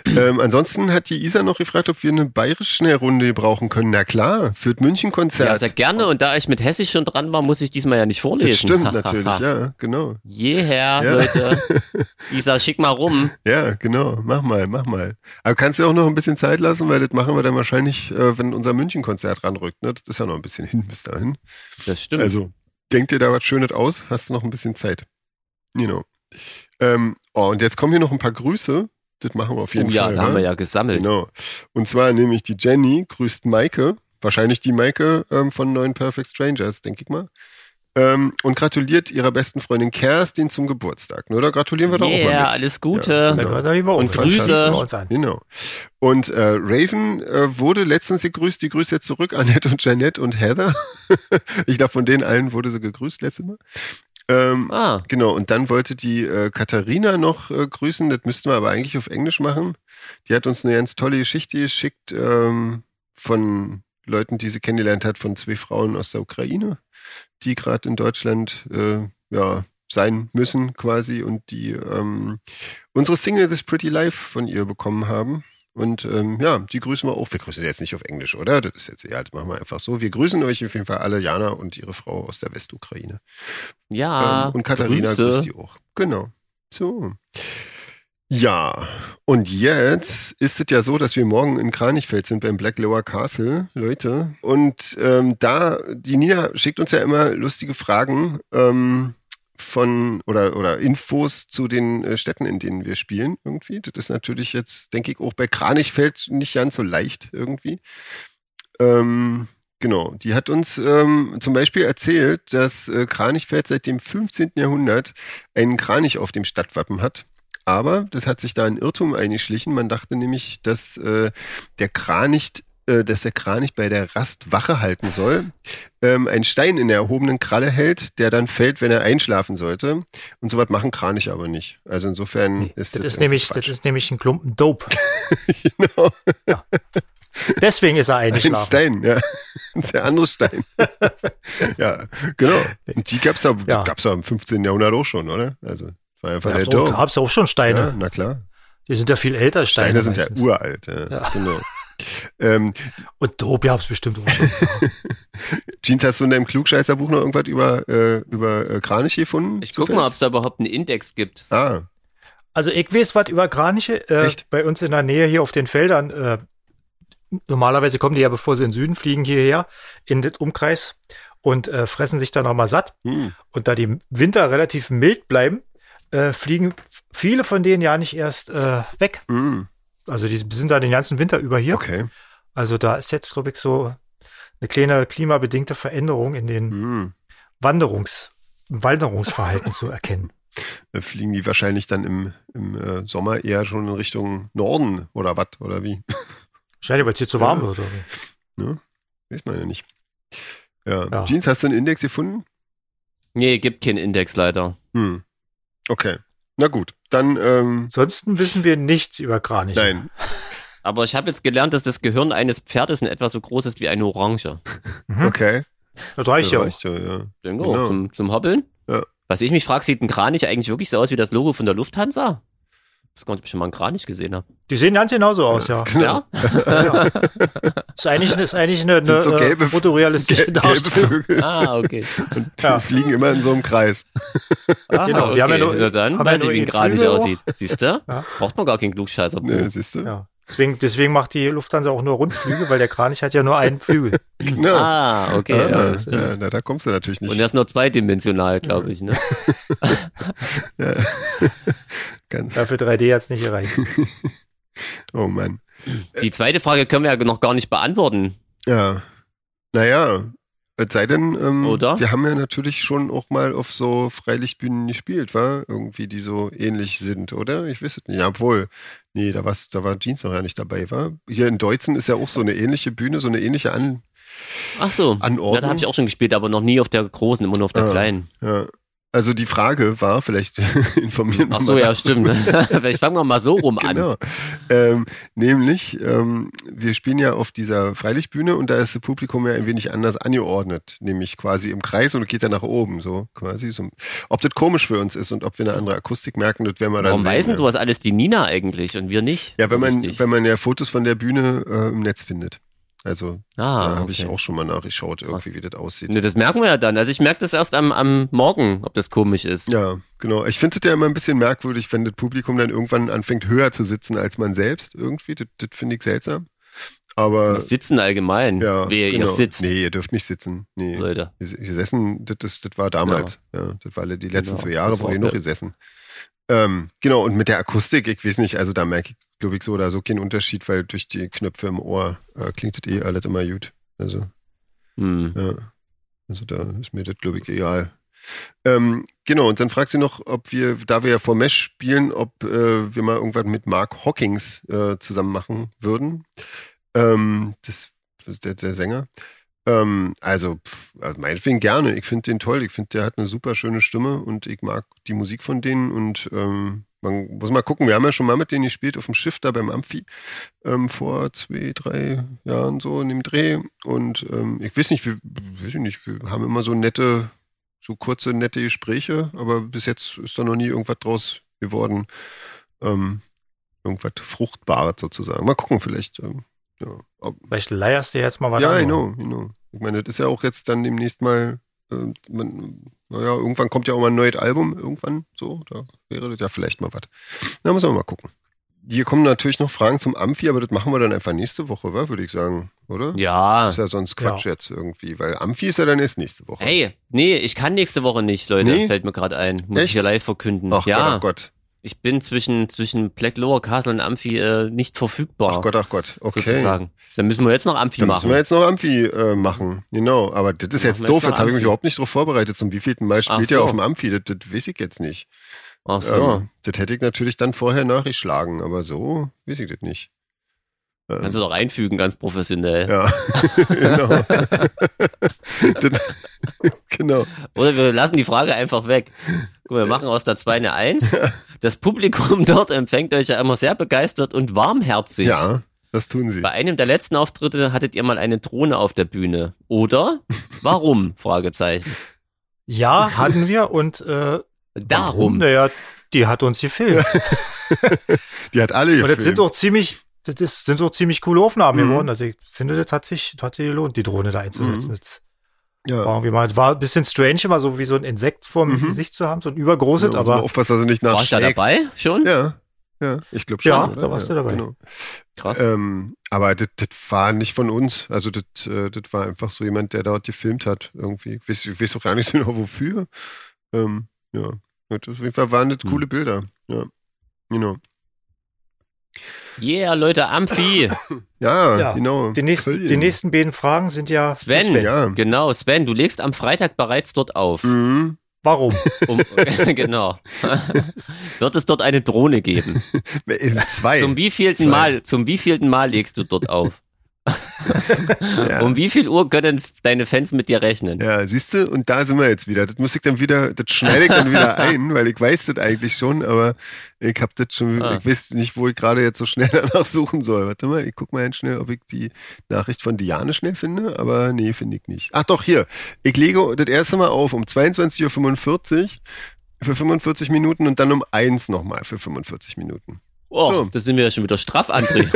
ähm, ansonsten hat die Isa noch gefragt, ob wir eine bayerische Runde brauchen können. Na klar, führt
Ja,
München-Konzert.
sehr gerne. Und da ich mit Hessisch schon dran war, muss ich diesmal ja nicht vorlesen. [laughs]
das stimmt natürlich, ja, genau.
Jeher,
Ja. [laughs]
Leute. Isa, schick mal rum.
Ja, genau. Mach mal, mach mal. Aber kannst du auch noch ein bisschen Zeit lassen, weil das machen wir dann wahrscheinlich, äh, wenn unser München-Konzert ranrückt. Ne? Das ist ja noch ein bisschen hin bis dahin.
Das stimmt.
Also, denk dir da was Schönes aus, hast noch ein bisschen Zeit. Genau. Ähm, oh, und jetzt kommen hier noch ein paar Grüße. Das machen wir auf
oh
jeden
ja,
Fall. ne?
da haben
wa?
wir ja gesammelt.
Genau. Und zwar nämlich die Jenny grüßt Maike, wahrscheinlich die Maike ähm, von neuen Perfect Strangers, denke ich mal. Ähm, und gratuliert ihrer besten Freundin Kerstin zum Geburtstag. Nur da gratulieren wir
Ja,
doch auch mal
yeah,
mit.
alles Gute.
Ja,
Da
genau.
gehört er lieber
Und
auch.
Grüße.
Schauen wir uns an.
Genau. Und äh, Raven äh, wurde letztens gegrüßt, die grüßt jetzt zurück, [laughs] Annette und Janette und Heather. ich glaube, von denen allen wurde sie gegrüßt letztes Mal. Ähm,
Ah,
Genau, und dann wollte die äh, Katharina noch äh, grüßen, das müssten wir aber eigentlich auf Englisch machen. Die hat uns eine ganz tolle Geschichte geschickt ähm, von Leuten, die sie kennengelernt hat, von zwei Frauen aus der Ukraine, die gerade in Deutschland äh, ja, sein müssen quasi und die ähm, unsere Single This Pretty Life von ihr bekommen haben. Und ähm, ja, die grüßen wir auch. Wir grüßen sie jetzt nicht auf Englisch, oder? Das ist jetzt, ja, das machen wir einfach so. Wir grüßen euch auf jeden Fall alle, Jana und ihre Frau aus der Westukraine.
ja.
Ähm, und Katharina grüßt
Grüße.
die auch. Genau. So. Ja, und jetzt ist es ja so, dass wir morgen in Kranichfeld sind beim Black Lower Castle, Leute. Und ähm, da, die Nina schickt uns ja immer lustige Fragen ähm, von oder, oder Infos zu den äh, Städten, in denen wir spielen irgendwie. Das ist natürlich jetzt, denke ich, auch bei Kranichfeld nicht ganz so leicht irgendwie. Ähm, Genau, die hat uns ähm, zum Beispiel erzählt, dass äh, Kranichfeld seit dem 15. Jahrhundert einen Kranich auf dem Stadtwappen hat. Aber das hat sich da ein Irrtum eingeschlichen. Man dachte nämlich, dass äh, der Kranich, äh, dass der Kranich bei der Rast Wache halten soll, ähm, einen Stein in der erhobenen Kralle hält, der dann fällt, wenn er einschlafen sollte. Und sowas machen Kraniche aber nicht. Also insofern
Nee,
ist [laughs]
das, ist nämlich, das ist nämlich ein Klumpen Dope.
genau.
Deswegen ist er
Ein
eingeschlafen.
Stein, ja. [laughs] Der andere
[laughs]
Stein. ja, genau. Und die gab's ja,
Ja.
die gab's ja im 15. Jahrhundert auch schon, oder? Also, war einfach
Da
der
gab es auch,
Dom.
gab's auch schon Steine.
Ja, na klar.
Die sind ja viel älter,
Steine
Steine.
sind ja
meistens.
uralt. Ja,
Ja.
Genau. Ähm,
Und Dope gab es bestimmt
[laughs]
auch schon.
Jeans, hast du in deinem Klugscheißerbuch noch irgendwas über, äh, über äh, Kranich gefunden?
Ich guck mal, ob es da überhaupt einen Index gibt.
Ah,
Also ich weiß was über Kraniche. Äh,
Echt?
bei uns in der Nähe hier auf den Feldern. Äh, normalerweise kommen die ja, bevor sie in den Süden fliegen, hierher in den Umkreis und äh, fressen sich dann nochmal satt.
hm.
Und da die Winter relativ mild bleiben, äh, fliegen f- viele von denen ja nicht erst äh, weg.
Hm.
Also die sind da den ganzen Winter über hier.
okay.
Also da ist jetzt, glaube ich, so eine kleine klimabedingte Veränderung in den
Hm.
Wanderungs Wanderungsverhalten zu
[laughs]
erkennen.
Dann Äh, fliegen die wahrscheinlich dann im, im äh, Sommer eher schon in Richtung Norden oder was oder wie?
Wahrscheinlich, weil es hier zu warm
Ja.
wird. Oder? wie.
Weiß man ja nicht. Ja.
Ja.
Jeans, hast du einen Index gefunden?
Nee, gibt keinen Index leider.
Hm. Okay. Na gut, dann ähm,
Ansonsten wissen wir nichts über Kraniche.
nein.
Aber ich habe jetzt gelernt, dass das Gehirn eines Pferdes in etwa so groß ist wie eine Orange.
Mhm.
Okay.
Das reicht ja auch.
ja, ja.
Denke
Genau.
auch, zum, zum Hobbeln.
Ja.
Was ich mich frage, sieht ein Kranich eigentlich wirklich so aus wie das Logo von der Lufthansa? Das kommt, ob ich schon mal einen Kranich gesehen habe.
Die sehen ganz genauso
[laughs]
aus, ja.
Genau.
Ja?
ja. Ist eigentlich, ist eigentlich eine,
Sind
eine
so gelbe-
äh, fotorealistische
Gelbe
Darstellung.
Vögel
Ah, okay.
[laughs]
Ja.
die fliegen immer in so einem Kreis.
Ah,
Genau,
okay.
die haben ja nur-
Na dann
haben
weiß
ja
ich,
nur
wie ein
die
Kranich
Flügel
aussieht. Siehst du?
Ja.
Braucht man gar keinen Klugscheißer.
Ne, siehst du?
Ja. Deswegen, deswegen macht die Lufthansa auch nur Rundflüge, weil der Kranich hat ja nur einen Flügel.
Genau.
Ah, okay.
Ja,
Ja, das stimmt.
ja, na, da kommst du natürlich nicht.
Und das nur zweidimensional, glaube ich. Ne?
Ja. Ganz,
Dafür 3D hat's nicht gereicht.
oh Mann.
Die zweite Frage können wir ja noch gar nicht beantworten.
Ja. Naja, es sei denn, ähm,
Oder?
wir haben ja natürlich schon auch mal auf so Freilichtbühnen gespielt, war Irgendwie, die so ähnlich sind, oder? Ich weiß es nicht. Ja, obwohl, nee, da, war's, da war Jeans noch ja nicht dabei, war? Hier in Deutzen ist ja auch so eine ähnliche Bühne, so eine ähnliche An.
Ach so.
Anordnung?
Ja, da habe ich auch schon gespielt, aber noch nie auf der großen, immer nur auf der
Ah.
kleinen.
Ja. Also die Frage war, vielleicht [laughs] informieren wir
Ach so,
mal
ja,
[laughs]
stimmt. [laughs] Vielleicht fangen wir mal so rum an.
Genau. Ähm, nämlich, ähm, wir spielen ja auf dieser Freilichtbühne und da ist das Publikum ja ein wenig anders angeordnet, nämlich quasi im Kreis und geht dann nach oben, so quasi. So. Ob das komisch für uns ist und ob wir eine andere Akustik merken, das werden wir dann
Warum
sehen.
weiß denn
ja.
sowas alles die Nina eigentlich und wir nicht?
Ja, wenn man,
Richtig.
wenn man ja Fotos von der Bühne äh, im Netz findet. Also da
ah,
habe ich
okay.
auch schon mal nachgeschaut, irgendwie, wie das aussieht.
Ne, das merken wir ja dann. Also ich merke das erst am, am Morgen, ob das komisch ist.
Ja, genau. Ich finde es ja immer ein bisschen merkwürdig, wenn das Publikum dann irgendwann anfängt, höher zu sitzen als man selbst irgendwie. Das, das finde ich seltsam. Aber
Das Sitzen allgemein.
Äh, Ja,
Wehe, ihr
genau.
sitzt,
Nee, ihr dürft nicht sitzen. Nee.
Leute.
Ges- Gesessen, das, das, das war damals. Ja. das war die letzten
Genau,
zwei Jahre,
das
wo
war-
ihr noch
ja.
gesessen. Ähm, genau, und mit der Akustik, ich weiß nicht, also da merke ich, glaube ich, so oder so keinen Unterschied, weil durch die Knöpfe im Ohr äh, klingt das eh alles immer gut. Also,
Hm.
ja. Also da ist mir das, glaube ich, egal. Ähm, genau, und dann fragt sie noch, ob wir, da wir ja vor Mesh spielen, ob äh, wir mal irgendwas mit Mark Hawkins äh, zusammen machen würden. Ähm, das, das ist der, der Sänger. Ähm, also, pff, also meinetwegen gerne. Ich finde den toll. Ich finde, der hat eine super schöne Stimme und ich mag die Musik von denen und ähm, man muss mal gucken, wir haben ja schon mal mit denen gespielt auf dem Schiff da beim Amphi ähm, vor zwei, drei Jahren so in dem Dreh. Und ähm, ich weiß nicht, wir, weiß ich nicht, wir haben immer so nette, so kurze, nette Gespräche, aber bis jetzt ist da noch nie irgendwas draus geworden. Ähm, irgendwas Fruchtbares sozusagen. Mal gucken, vielleicht. Ähm, ja, ob,
Vielleicht leierst du jetzt mal was
ja,
an.
I know, I know. Ich meine, das ist ja auch jetzt dann demnächst mal, äh, man, naja, irgendwann kommt ja auch mal ein neues Album, irgendwann so, da wäre das ja vielleicht mal was. Da müssen wir mal gucken. Hier kommen natürlich noch Fragen zum Amphi, aber das machen wir dann einfach nächste Woche, wa? würde ich sagen, oder?
Ja.
Ist ja sonst Quatsch jetzt irgendwie, weil Amphi ist ja dann erst nächste Woche.
Hey, nee, ich kann nächste Woche nicht, Leute.
Nee?
Fällt mir gerade ein. Muss
Echt?
ich hier live verkünden.
Ach
ja,
Gott, ach Gott,
ich bin zwischen, zwischen Black Lower Castle und Amphi äh, nicht verfügbar.
ach Gott, ach Gott. Okay.
Sozusagen. Dann müssen wir jetzt noch Amphi
Dann
machen.
müssen wir jetzt noch Amphi äh, machen. Genau, aber das ist
Dann machen
jetzt
wir
doof.
jetzt noch
Jetzt habe ich mich
Amphi.
überhaupt nicht drauf vorbereitet. Zum wievielten Mal
Ach
spielt ihr
so.
auf dem Amphi? Das, das weiß ich jetzt nicht.
Ach so.
Ja, Ähm, das hätte ich natürlich dann vorher nachgeschlagen, aber so weiß ich das nicht. Ähm,
Kannst du doch reinfügen, ganz professionell.
[laughs]
ja, genau. [laughs] das, genau.
Oder wir lassen die Frage einfach weg. Guck, wir machen aus der 2 eine
[laughs]
1. Das Publikum dort empfängt euch ja immer sehr begeistert und warmherzig.
Ja, Das tun sie.
Bei einem der letzten Auftritte hattet ihr mal eine Drohne auf der Bühne. Oder?
[laughs]
Warum? Fragezeichen.
Ja, hatten wir und äh,
Darum.
Naja, die hat uns gefilmt.
Die hat alle
Und das sind
gefilmt.
doch ziemlich, das ist, sind doch ziemlich coole Aufnahmen
Mhm.
geworden. Also ich finde, das hat sich, das hat sich gelohnt, die Drohne da einzusetzen.
Mhm.
Das war
Ja.
irgendwie mal, war ein bisschen strange, immer so wie so ein Insekt vor dem
Mhm.
Gesicht zu haben, so ein übergroßes,
Ja,
aber
aufpassen, dass er nicht
War ich da
nachschlägt.
dabei? Schon?
Ja, ja, ich glaube schon.
Ja,
oder?
da warst du dabei.
Genau.
Krass.
Ähm, aber das das war nicht von uns. Also das äh, das war einfach so jemand, der dort gefilmt hat. Irgendwie. Ich weiß, ich weiß auch gar nicht so genau wofür. Ähm, ja. Und auf jeden Fall waren das
Hm.
coole Bilder. Ja. Genau.
Yeah, Leute,
[laughs]
Amphi.
Ja,
Ja,
genau.
die nächsten,
Köln.
die nächsten beiden Fragen sind ja,
Sven.
Ja.
genau, Sven, du legst am Freitag bereits dort auf.
Mhm.
warum?
Um, [laughs]
[laughs]
genau. Wird es dort eine Drohne geben?
Äh, Zwei.
Zum wievielten
Zwei.
Mal, zum wievielten Mal legst du dort auf?
ja.
Um wie viel Uhr können deine Fans mit dir rechnen?
Ja, siehst du, und da sind wir jetzt wieder. Das muss ich dann wieder, das schneide ich dann [laughs] wieder ein, weil ich weiß das eigentlich schon, aber ich habe das schon,
Ah.
ich weiß nicht, wo ich gerade jetzt so schnell [laughs] danach suchen soll. Warte mal, ich guck mal ganz schnell, ob ich die Nachricht von Diane schnell finde, aber nee, finde ich nicht. Ach doch, hier. Ich lege das erste Mal auf um 22.45 Uhr für 45 Minuten und dann um 1 nochmal für 45 [laughs] Minuten.
Oh,
So.
da sind wir ja schon wieder straff,
[laughs]
André.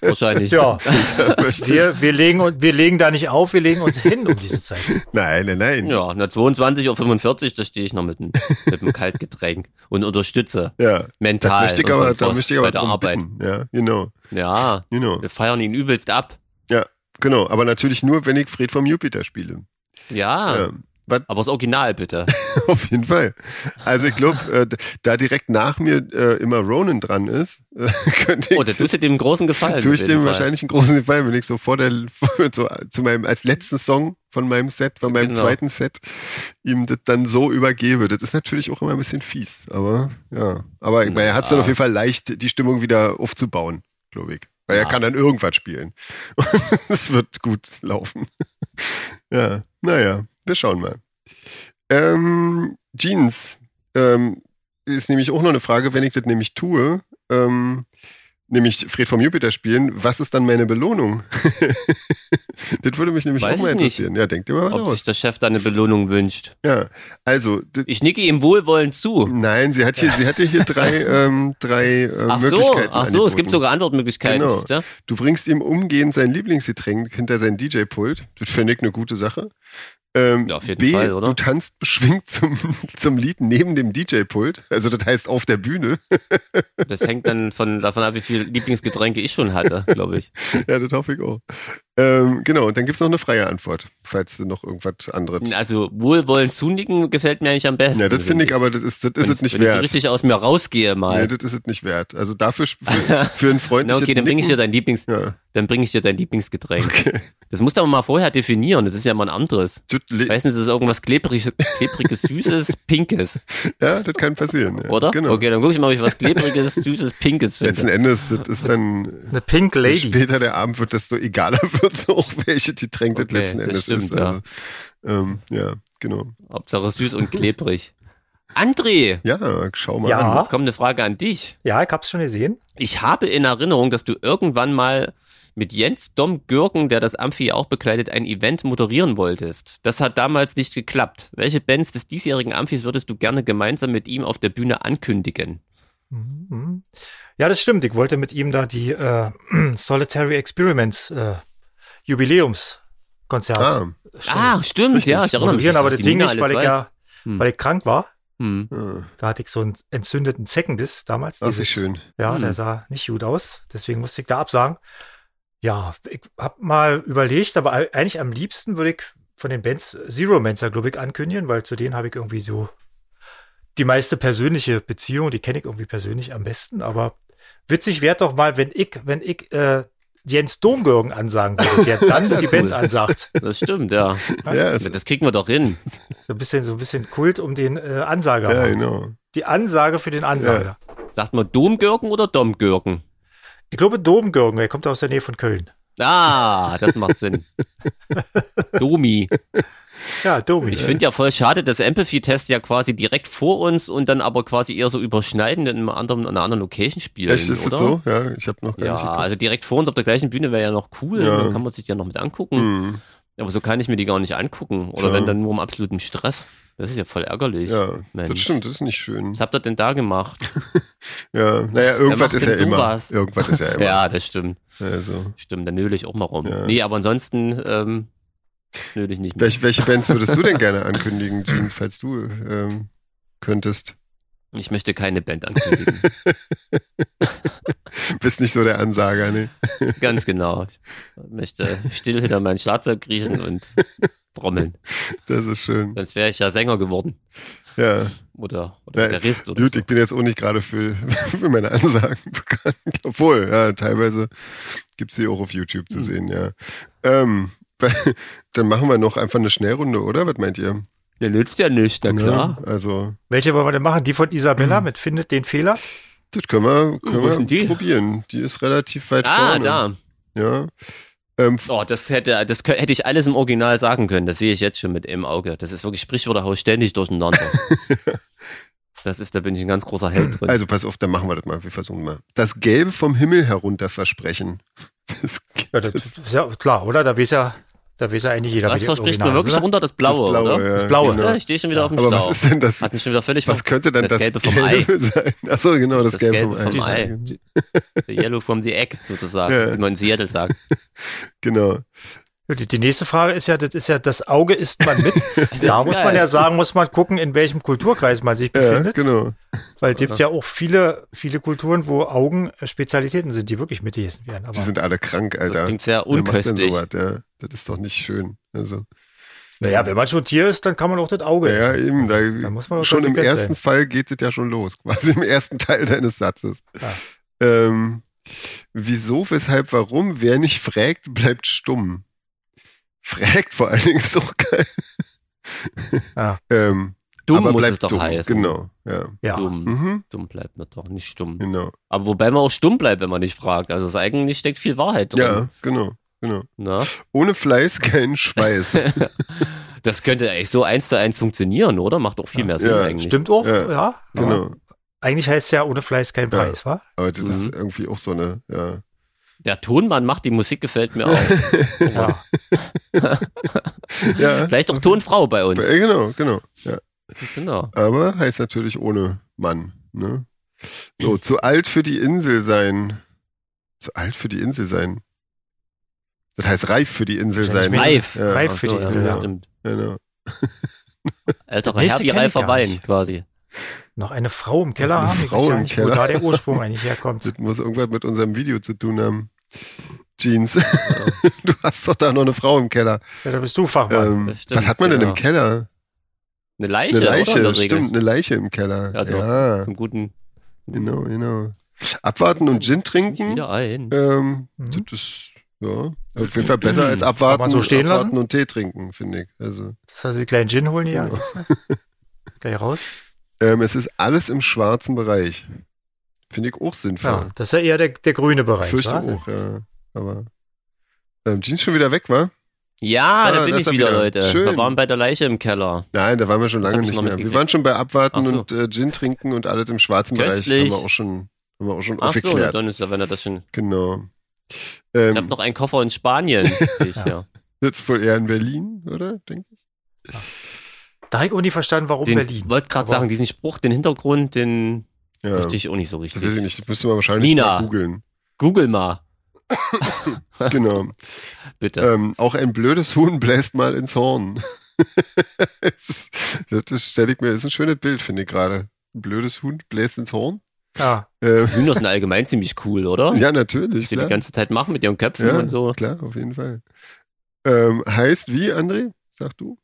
Wahrscheinlich.
Ja,
Da möchte ich-
wir, wir legen, und- wir legen da nicht auf, wir legen uns hin um diese Zeit.
[laughs] nein, nein, nein. Ja.
Ja, na 22.45 Uhr, da stehe ich noch mit,
[laughs]
dem- mit einem Kaltgetränk und unterstütze
Da
mental
möchte ich
unseren
aber, da
Boss
möchte ich aber
bei der
drum
Arbeit.
bitten. Ja, genau,
Ja,
genau.
wir feiern ihn übelst ab.
Genau, aber natürlich nur, wenn ich Fred vom Jupiter spiele.
Ja,
Ja, [laughs]
aber das Original bitte.
auf jeden Fall. Also ich glaube, äh, d- da direkt nach mir äh, immer Ronan dran ist, [laughs] äh, könnte ich
Oh, da tust du dem großen Gefallen.
durch
auf jeden
den
Fall.
wahrscheinlich einen großen Gefallen, wenn ich so vor der [laughs] vor, so, zu meinem als letzten Song von meinem Set, von meinem
Genau.
zweiten Set ihm das dann so übergebe. Das ist natürlich auch immer ein bisschen fies, aber ja, aber ich meine, er hat es dann
Na.
auf jeden Fall leicht, die Stimmung wieder aufzubauen, glaube ich. Weil er
Ja.
kann dann irgendwas spielen. [laughs] Und es wird gut laufen. [laughs] Ja, naja, wir schauen mal. Ähm, Jeans ähm, ist nämlich auch noch eine Frage, wenn ich das nämlich tue, ähm, nämlich Fred vom Jupiter spielen, was ist dann meine Belohnung? [laughs] das würde mich nämlich
Weiß
auch mal
ich nicht.
interessieren. Ja, denkt ihr mal was
Ob
aus.
sich der Chef da eine Belohnung wünscht.
Ja, also, d-
Ich nicke ihm wohlwollend zu.
nein, sie hat hier, sie
[laughs]
hatte hier drei, ähm, drei äh,
Ach so,
Möglichkeiten.
ach so, es gibt
angeboten.
sogar Antwortmöglichkeiten.
Genau.
siehste?
Du bringst ihm umgehend sein Lieblingsgetränk hinter sein DJ-Pult. Das finde ich eine gute Sache. Ähm,
Ja, auf jeden
B,
Fall, oder?
Du tanzt beschwingt zum, [laughs] zum Lied neben dem DJ-Pult. Also das heißt auf der Bühne. [laughs]
Das hängt dann von, davon ab, wie viele Lieblingsgetränke ich schon hatte, glaube ich.
ja, das hoffe ich auch. Ähm, genau, und dann gibt es noch eine freie Antwort, falls du noch irgendwas anderes.
Also wohlwollend zunicken gefällt mir eigentlich am besten.
ja, das finde ich, aber das ist, das ist
wenn
es nicht
wenn ich so
wert.
richtig aus mir rausgehe mal.
Nee, das ist es nicht wert. Also dafür sp-
[laughs]
für, für ein
Na
freundliches
okay, dann bringe ich dir dein Lieblings,
Ja,
dann bringe ich dir dein Lieblingsgetränk.
okay.
Das musst du aber mal vorher definieren. Das ist ja mal ein anderes.
Das, le-
Meistens ist es irgendwas klebriges, klebriges,
[laughs]
süßes, pinkes,
ja, das kann passieren. Ja.
oder?
Genau.
Okay, dann gucke ich mal, ob ich was klebriges, süßes, pinkes
Letzten
finde.
Endes, das ist dann
Eine Pink
Je
Lady.
später der Abend wird, desto egaler [laughs] wird so auch, welche Getränk das
Okay,
letzten
das
Endes
stimmt,
ist.
ja.
Also, ähm, ja, genau.
Hauptsache süß und klebrig. André,
Ja, schau mal
Ja.
an.
jetzt kommt eine Frage an dich.
Ja, ich hab's schon gesehen.
Ich habe in Erinnerung, dass du irgendwann mal mit Jens Dom Gürken, der das Amphi auch bekleidet, ein Event moderieren wolltest. Das hat damals nicht geklappt. Welche Bands des diesjährigen Amphis würdest du gerne gemeinsam mit ihm auf der Bühne ankündigen?
Mhm. Ja, das stimmt. Ich wollte mit ihm da die äh, [clears throat] Solitary Experiments äh, Jubiläumskonzert.
Ah,
ah, stimmt,
Richtig.
ja, ich erinnere mich.
moderieren, aber
dass
das Ding
Nina alles
nicht, weil ich
weiß.
ja,
Hm.
weil ich krank war.
Hm.
ah,
Da hatte ich so einen entzündeten Zeckenbiss damals.
das
dieses-
ist schön.
Ja,
Hm.
der sah nicht gut aus. Deswegen musste ich da absagen. Ja, ich hab mal überlegt, aber ei- eigentlich am liebsten würde ich von den Bands Zero Mancer, glaube ich, ankündigen, weil zu denen habe ich irgendwie so die meiste persönliche Beziehung, die kenne ich irgendwie persönlich am besten. Aber witzig wäre doch mal, wenn ich, wenn ich äh, Jens Domgürgen ansagen würde, der dann die Band ansagt.
Das stimmt,
[laughs]
ja.
Ja, es,
Das kriegen wir doch hin.
So ein bisschen, so ein bisschen Kult um den äh, Ansager.
ja, genau.
Die Ansage für den Ansager.
Sagt man Domgürken oder Domgürken?
Ich glaube, Domgürgen, er [laughs] kommt aus der Nähe von Köln.
Ah, das macht Sinn. Domi.
Ja, Domi.
Ich finde ja voll schade, dass Empathy-Test ja quasi direkt vor uns und dann aber quasi eher so überschneidend in, einem anderen, in einer anderen Location spielen,
Echt, ist
oder?
das so? Ja, ich habe noch gar
Ja,
nicht geguckt.
also direkt vor uns auf der gleichen Bühne wäre ja noch cool,
Ja.
dann kann man sich ja noch mit angucken.
Hm,
Aber so kann ich mir die gar nicht angucken. Oder
Tja.
wenn dann nur im absoluten Stress. Das ist ja voll ärgerlich.
ja, das
Mensch.
stimmt, das ist nicht schön.
Was habt ihr denn da gemacht?
Ja, naja, irgendwas
macht
ist ja
denn
immer.
sowas?
Irgendwas
[laughs]
ist ja immer.
Ja, das stimmt.
Also,
Stimmt, dann nöle ich auch mal rum.
Ja.
Nee, aber ansonsten ähm, nöle ich nicht mehr.
welche, welche Bands würdest du denn gerne
[laughs]
ankündigen, Jeans, falls du ähm, könntest?
Ich möchte keine Band
[laughs]
ankündigen.
Bist nicht so der Ansager, ne?
Ganz genau. Ich möchte still hinter meinen Schlagzeug kriechen und
[laughs]
trommeln.
Das ist schön.
Sonst wäre ich ja Sänger geworden.
Ja,
Oder, oder
Na,
Gitarrist oder
gut,
so.
ich bin jetzt auch nicht gerade für, [laughs] für meine Ansagen [laughs] bekannt. Obwohl, ja, teilweise gibt's die auch auf YouTube
Hm.
zu sehen, ja. Ähm, [laughs] dann machen wir noch einfach eine Schnellrunde, oder? Was meint ihr?
Der nützt ja nichts, na klar.
Ja, also,
Welche wollen wir denn machen? Die von
Hm.
Isabella mit Findet den Fehler?
das können wir,
Oh, Wo ist
können
denn
wir
die?
probieren. Die ist relativ weit
Ah,
vorne.
da.
Ja. Ähm,
Oh, das hätte, das kö- hätte ich alles im Original sagen können. Das sehe ich jetzt schon mit im Auge. Das ist wirklich Sprichwörter hau ich ständig durcheinander.
[laughs]
das ist, da bin ich ein ganz großer Held drin.
Also pass auf, dann machen wir das mal. Wir versuchen mal. Das Gelbe vom Himmel herunter versprechen. [laughs] Das,
Ja, das, das ist ja klar, oder? Da weiß ja, da weiß ja eigentlich jeder.
Äh, Was
wie das
verspricht man
Original
wirklich
ist, oder?
runter? Das Blaue, ne?
Das Blaue,
oder?
ja, genau.
das
Blaue.
Siehst du, Ich stehe schon wieder auf dem
aber
Stau.
was ist denn das?
Hat mich schon wieder völlig
Was könnte denn das,
das Gelbe vom
[laughs] sein? Achso, genau, das,
Das
Gelbe,
Gelbe
vom
vom
Ei.
Ei. The Yellow from the Egg sozusagen,
Ja.
wie man in Seattle
[laughs]
sagt.
Genau.
Die, die nächste Frage ist ja, das ist ja, das Auge isst man
[laughs]
mit. da
ist
muss
geil.
man ja sagen, muss man gucken, in welchem Kulturkreis man sich
Ja,
befindet.
genau.
Weil es gibt ja auch viele, viele Kulturen, wo Augen äh, Spezialitäten sind, die wirklich mitgegessen werden.
Die
Aber
sind alle krank,
Das
Alter.
klingt sehr
Wer macht denn
unköstlich.
sowas? Ja, das ist doch nicht schön. Also,
naja, wenn man schon Tier ist, dann kann man auch das Auge
ja,
essen.
eben. Da,
Dann muss man doch
schon im
konsequent sein.
ersten Fall geht es ja schon los, [laughs] quasi im ersten Teil deines Satzes.
Ja.
Ähm, wieso, weshalb, warum? Wer nicht fragt, bleibt stumm. Fragt vor allen Dingen ist doch geil.
Ja.
[laughs]
Ah.
ähm,
Dumm
aber
muss
bleibt
es doch
dumm.
heißen.
Genau, ja.
Ja.
Dumm.
Mhm,
Dumm bleibt man doch, nicht stumm.
genau.
Aber wobei man auch stumm bleibt, wenn man nicht fragt. Also es eigentlich steckt viel Wahrheit drin.
Ja, genau. genau.
Ne? [laughs]
Ohne Fleiß kein Schweiß.
Das könnte eigentlich so eins zu eins funktionieren, oder? Macht auch viel
Ja.
mehr Sinn
Ja,
eigentlich.
Stimmt auch,
Ja,
ja. Aber
genau.
Eigentlich heißt es ja, ohne Fleiß kein
Ja.
Preis, wa?
Aber das ist
Mhm.
irgendwie auch so eine, ja.
Der Tonmann macht die Musik, gefällt mir
[laughs]
auch.
Ja.
ja.
[laughs] Vielleicht auch Tonfrau bei uns.
Äh, Genau, genau. Ja.
Genau.
Aber heißt natürlich ohne Mann. Ne? So,
Mhm.
zu alt für die Insel sein. Zu alt für die Insel sein. Das heißt reif für die Insel sein.
Wahrscheinlich
ne?
Reif.
Ja,
Reif
Ach
für
so,
die
ja,
Insel,
ja,
ja.
stimmt.
Genau.
Älterer Herr
Nächste
wie
kenn ich
reifer
gar
Wein
nicht.
quasi.
Noch eine Frau im Keller
Eine
haben, ich
Frau
weiß ja
im
nicht,
Keller.
wo da der Ursprung
[laughs]
eigentlich herkommt.
Das muss irgendwas mit unserem Video zu tun haben. Jeans.
Genau.
[laughs] Du hast doch da noch eine Frau im Keller.
Ja, da bist du Fachmann.
Ähm,
Oh das stimmt,
was hat man denn
ja.
im Keller?
Eine Leiche,
Eine Leiche,
oder? In der Regel.
stimmt, eine Leiche im Keller.
Also,
ja,
Zum guten.
genau, Mhm. genau. Abwarten und Gin
Nicht
trinken.
wieder ein.
Ähm,
Mhm.
Hm?
Das ist, ja, auf jeden Fall besser als abwarten,
man so stehen
abwarten
lassen?
und Tee trinken, finde ich. Also,
Das heißt, die kleinen Gin holen die ja.
Genau.
[laughs] Gleich raus.
ähm, es ist alles im schwarzen Bereich. Finde ich auch
Ja,
sinnvoll.
das ist ja eher der, der grüne Bereich.
Fürchte
wa?
auch, ja. Aber ähm, Jeans schon wieder weg, war?
Ja,
Ah,
da bin
da
ich
ist er
wieder,
wieder.
Leute.
Schön.
Wir waren bei der Leiche im Keller.
Nein, da waren wir schon
Das
lange
hab ich
nicht
noch
mehr. Wir
mitgekriegt.
waren schon bei Abwarten
Ach so.
und äh, Gin trinken und alles im schwarzen Bereich.
Köstlich.
Haben wir auch schon, haben wir auch schon
Ach so, na,
aufgeklärt.
dann ist ja, wenn er das schon.
genau.
Ich habe
Ähm,
noch einen Koffer in Spanien,
[laughs]
sehe ich ja.
sitzt wohl eher in Berlin, oder? Denke ich.
Da habe ich auch nie verstanden,
Um
warum
Den,
Berlin.
Wollte gerade
Aber-
sagen, diesen Spruch, den Hintergrund, den
Ja.
verstehe ich auch nicht so
Das
richtig.
weiß ich nicht. Das müsste man wahrscheinlich
Nina.
mal googeln.
Google mal, [laughs]
Genau.
bitte.
Ähm, auch ein blödes Huhn bläst mal ins Horn. [laughs] das stelle ich mir, ist ein schönes Bild, finde ich gerade. Ein blödes Huhn bläst ins Horn.
Ja,
Ähm,
Hühner sind allgemein ziemlich cool, oder?
ja, natürlich.
Was sie die
Klar.
ganze Zeit machen mit ihren Köpfen
Ja,
und so.
klar, auf jeden Fall. Ähm, heißt wie, André? Sag du?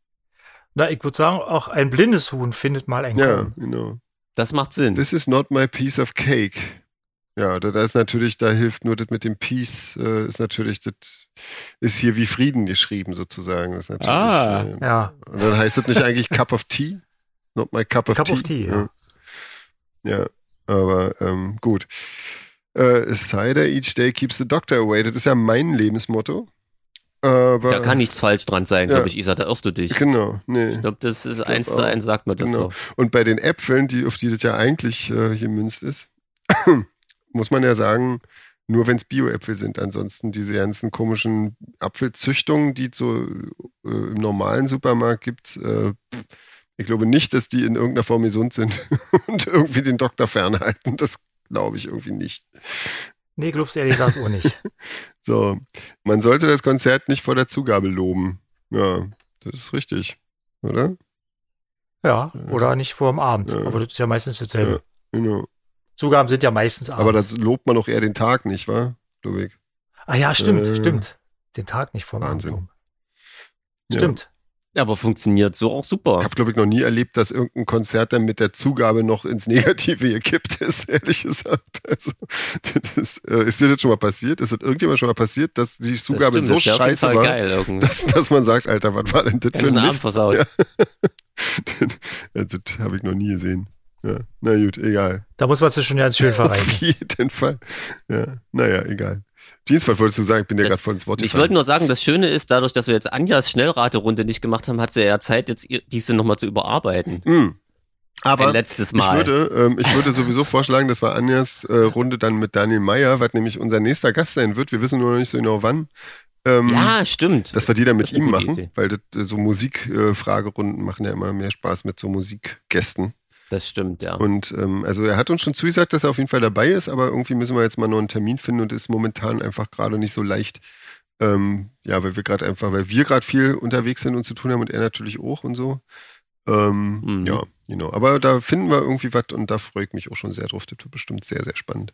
na, ich würde sagen, auch ein blindes Huhn findet mal ein
Ja,
Korn.
Hm.
genau.
Das macht Sinn.
This is not my piece of cake. Ja, da, da ist natürlich, da hilft nur das mit dem Peace, äh, ist natürlich, das ist hier wie Frieden geschrieben sozusagen. Das ist natürlich,
Ah.
äh,
Ja,
Und dann heißt das nicht eigentlich Cup of Tea? Not my cup of
Cup
tea.
of Tea, ja.
Ja, Ja, aber ähm, gut. Äh, cider each day keeps the doctor away. Das ist ja mein Lebensmotto. Aber,
Da kann nichts falsch dran sein,
Ja.
glaube ich, Isa, da irrst du dich.
Genau, nee.
Ich glaube, das ist
glaub
eins zu
auch.
eins, sagt man das
Genau.
so.
Und bei den Äpfeln, die, auf die das ja eigentlich äh, gemünzt ist, [coughs] muss man ja sagen, nur wenn es Bio-Äpfel sind. Ansonsten diese ganzen komischen Apfelzüchtungen, die es so äh, im normalen Supermarkt gibt, äh, ich glaube nicht, dass die in irgendeiner Form gesund sind [laughs] und irgendwie den Doktor fernhalten. Das glaube ich irgendwie nicht.
Nee, glaubst du ehrlich gesagt
[laughs]
auch nicht.
So, man sollte das Konzert nicht vor der Zugabe loben. Ja, das ist richtig, oder?
Ja, oder nicht vor dem Abend.
Ja.
Aber das ist ja meistens dasselbe.
Ja. Genau.
Zugaben sind ja meistens abends.
Aber das lobt man auch eher den Tag, nicht wahr, Ludwig?
ah ja, stimmt,
äh,
stimmt. Den Tag nicht vor dem
Wahnsinn.
Abend.
Ja.
Stimmt.
Aber funktioniert so auch
Ich
super.
habe, glaube ich, noch nie erlebt, dass irgendein Konzert dann mit der Zugabe noch ins Negative gekippt ist, [laughs] ehrlich gesagt. Also, das ist, äh, ist dir das schon mal passiert? Ist das irgendjemand schon mal passiert, dass die Zugabe
stimmt,
so
das wär auf jeden
scheiße
Fall
war,
geil irgendwie.
dass, dass man sagt, Alter, was war denn das für ein
Ganzen Abend
Mist? [laughs]
versaut.
Ja. Also, das habe ich noch nie gesehen. Ja. Na gut, egal.
Da muss man sich schon ganz schön
Auf
verreinigen.
jeden Fall. Ja. Naja, egal. Dienstfall wolltest du sagen, ich bin dir
Das-
gerade voll ins Wort
Ich
gefallen.
wollte nur sagen, das Schöne ist, dadurch, dass wir jetzt Anjas Schnellraterunde nicht gemacht haben, hat sie ja Zeit, jetzt ihr- diese nochmal zu überarbeiten.
Hm. Aber
Ein letztes Mal.
Ich würde, ähm, ich würde sowieso vorschlagen, das war Anjas äh, Runde dann mit Daniel Meyer, was nämlich unser nächster Gast sein wird. Wir wissen nur noch nicht so genau wann. Ähm,
ja, stimmt.
Dass wir die dann mit
Das ist eine
ihm
gute
machen,
Idee.
weil das, äh, so Musik-Fragerunden machen ja immer mehr Spaß mit so Musikgästen.
das stimmt, ja.
Und ähm, also er hat uns schon zugesagt, dass er auf jeden Fall dabei ist, aber irgendwie müssen wir jetzt mal noch einen Termin finden und ist momentan einfach gerade nicht so leicht. Ähm, ja, weil wir gerade einfach, weil wir gerade viel unterwegs sind und zu tun haben und er natürlich auch und so. Ähm,
Mhm.
Ja, genau. Aber da finden wir irgendwie was und da freue ich mich auch schon sehr drauf. Das wird bestimmt sehr, sehr spannend.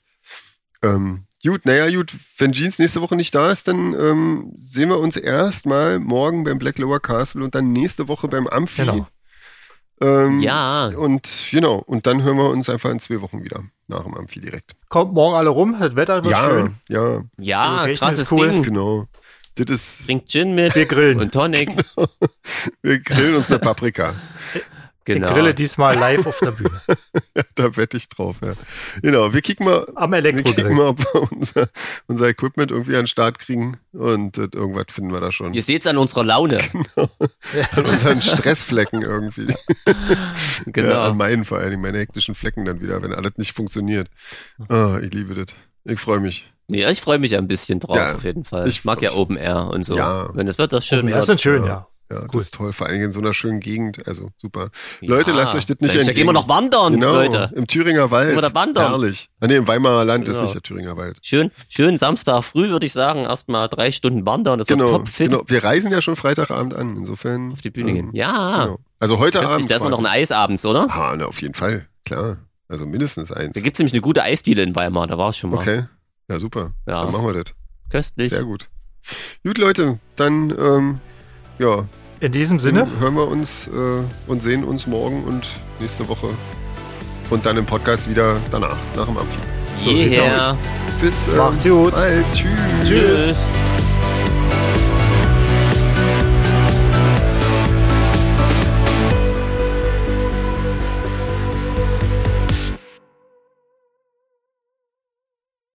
Ähm, gut, naja, gut, wenn Jeans nächste Woche nicht da ist, dann ähm, sehen wir uns erstmal morgen beim Black Lower Castle und dann nächste Woche beim Amphi.
Genau.
Ähm,
ja,
und genau, und dann hören wir uns einfach in zwei Wochen wieder, nach dem Amphi direkt.
Kommt morgen alle rum, das Wetter wird
ja,
schön. Hm.
ja,
ja,
Rechnen ist
krasses
cool.
Ding.
genau. Das ist,
Bringt Gin mit
Wir grillen.
und Tonic.
wir grillen uns eine
[laughs]
Paprika.
[laughs] Genau.
Ich grille diesmal live auf der Bühne.
da wette ich drauf, ja. Genau, wir kicken mal,
Am
wir kicken
Elektrogrill.
mal ob wir unser, unser Equipment irgendwie an den Start kriegen und das, irgendwas finden wir da schon.
Ihr seht's an unserer
[laughs]
Laune.
An unseren Stressflecken irgendwie.
[laughs]
Genau.
Ja, an meinen vor allem, meine hektischen Flecken dann wieder, wenn alles nicht funktioniert. Ah, ich liebe das. Ich freue mich.
Ja, ich freue mich ja ein bisschen drauf,
Ja,
auf jeden Fall.
ich
Ich mag ja
freu
Open Air und so.
Ja.
Wenn das Wetter schön
Ja,
wird.
sind schön,
Ja.
ja.
Ja,
Cool.
das ist toll, vor allen Dingen in so einer schönen Gegend. Also super.
Ja.
Leute, lasst euch das nicht
Mensch, Da gehen wir noch wandern,
Genau,
Leute.
im Thüringer Wald.
Oder wandern.
Herrlich. Ah, nee, im Weimarer Land ist
Genau.
nicht der Thüringer Wald.
Schön, schön Samstag früh, würde ich sagen. Erstmal drei Stunden wandern. Das war
Genau,
topfit
genau. Wir reisen ja schon Freitagabend an, insofern.
auf die Bühne
ähm,
gehen. Ja.
Genau. Also heute
Köstlich,
Abend.
da ist man noch ein Eis abends, oder?
ah, ne, auf jeden Fall, klar. Also mindestens eins.
Da gibt's nämlich eine gute Eisdiele in Weimar, da war ich schon mal.
Okay. Ja, super.
Ja.
Dann machen wir das.
Köstlich.
Sehr gut. Gut, Leute, dann ähm, ja,
In diesem Sinne,
dann hören wir uns äh, und sehen uns morgen und nächste Woche. Und dann im Podcast wieder danach, nach dem Amphi.
sieht's
Hierher.
Bis ähm,
macht's gut.
bald. Tschüss.
Tschüss.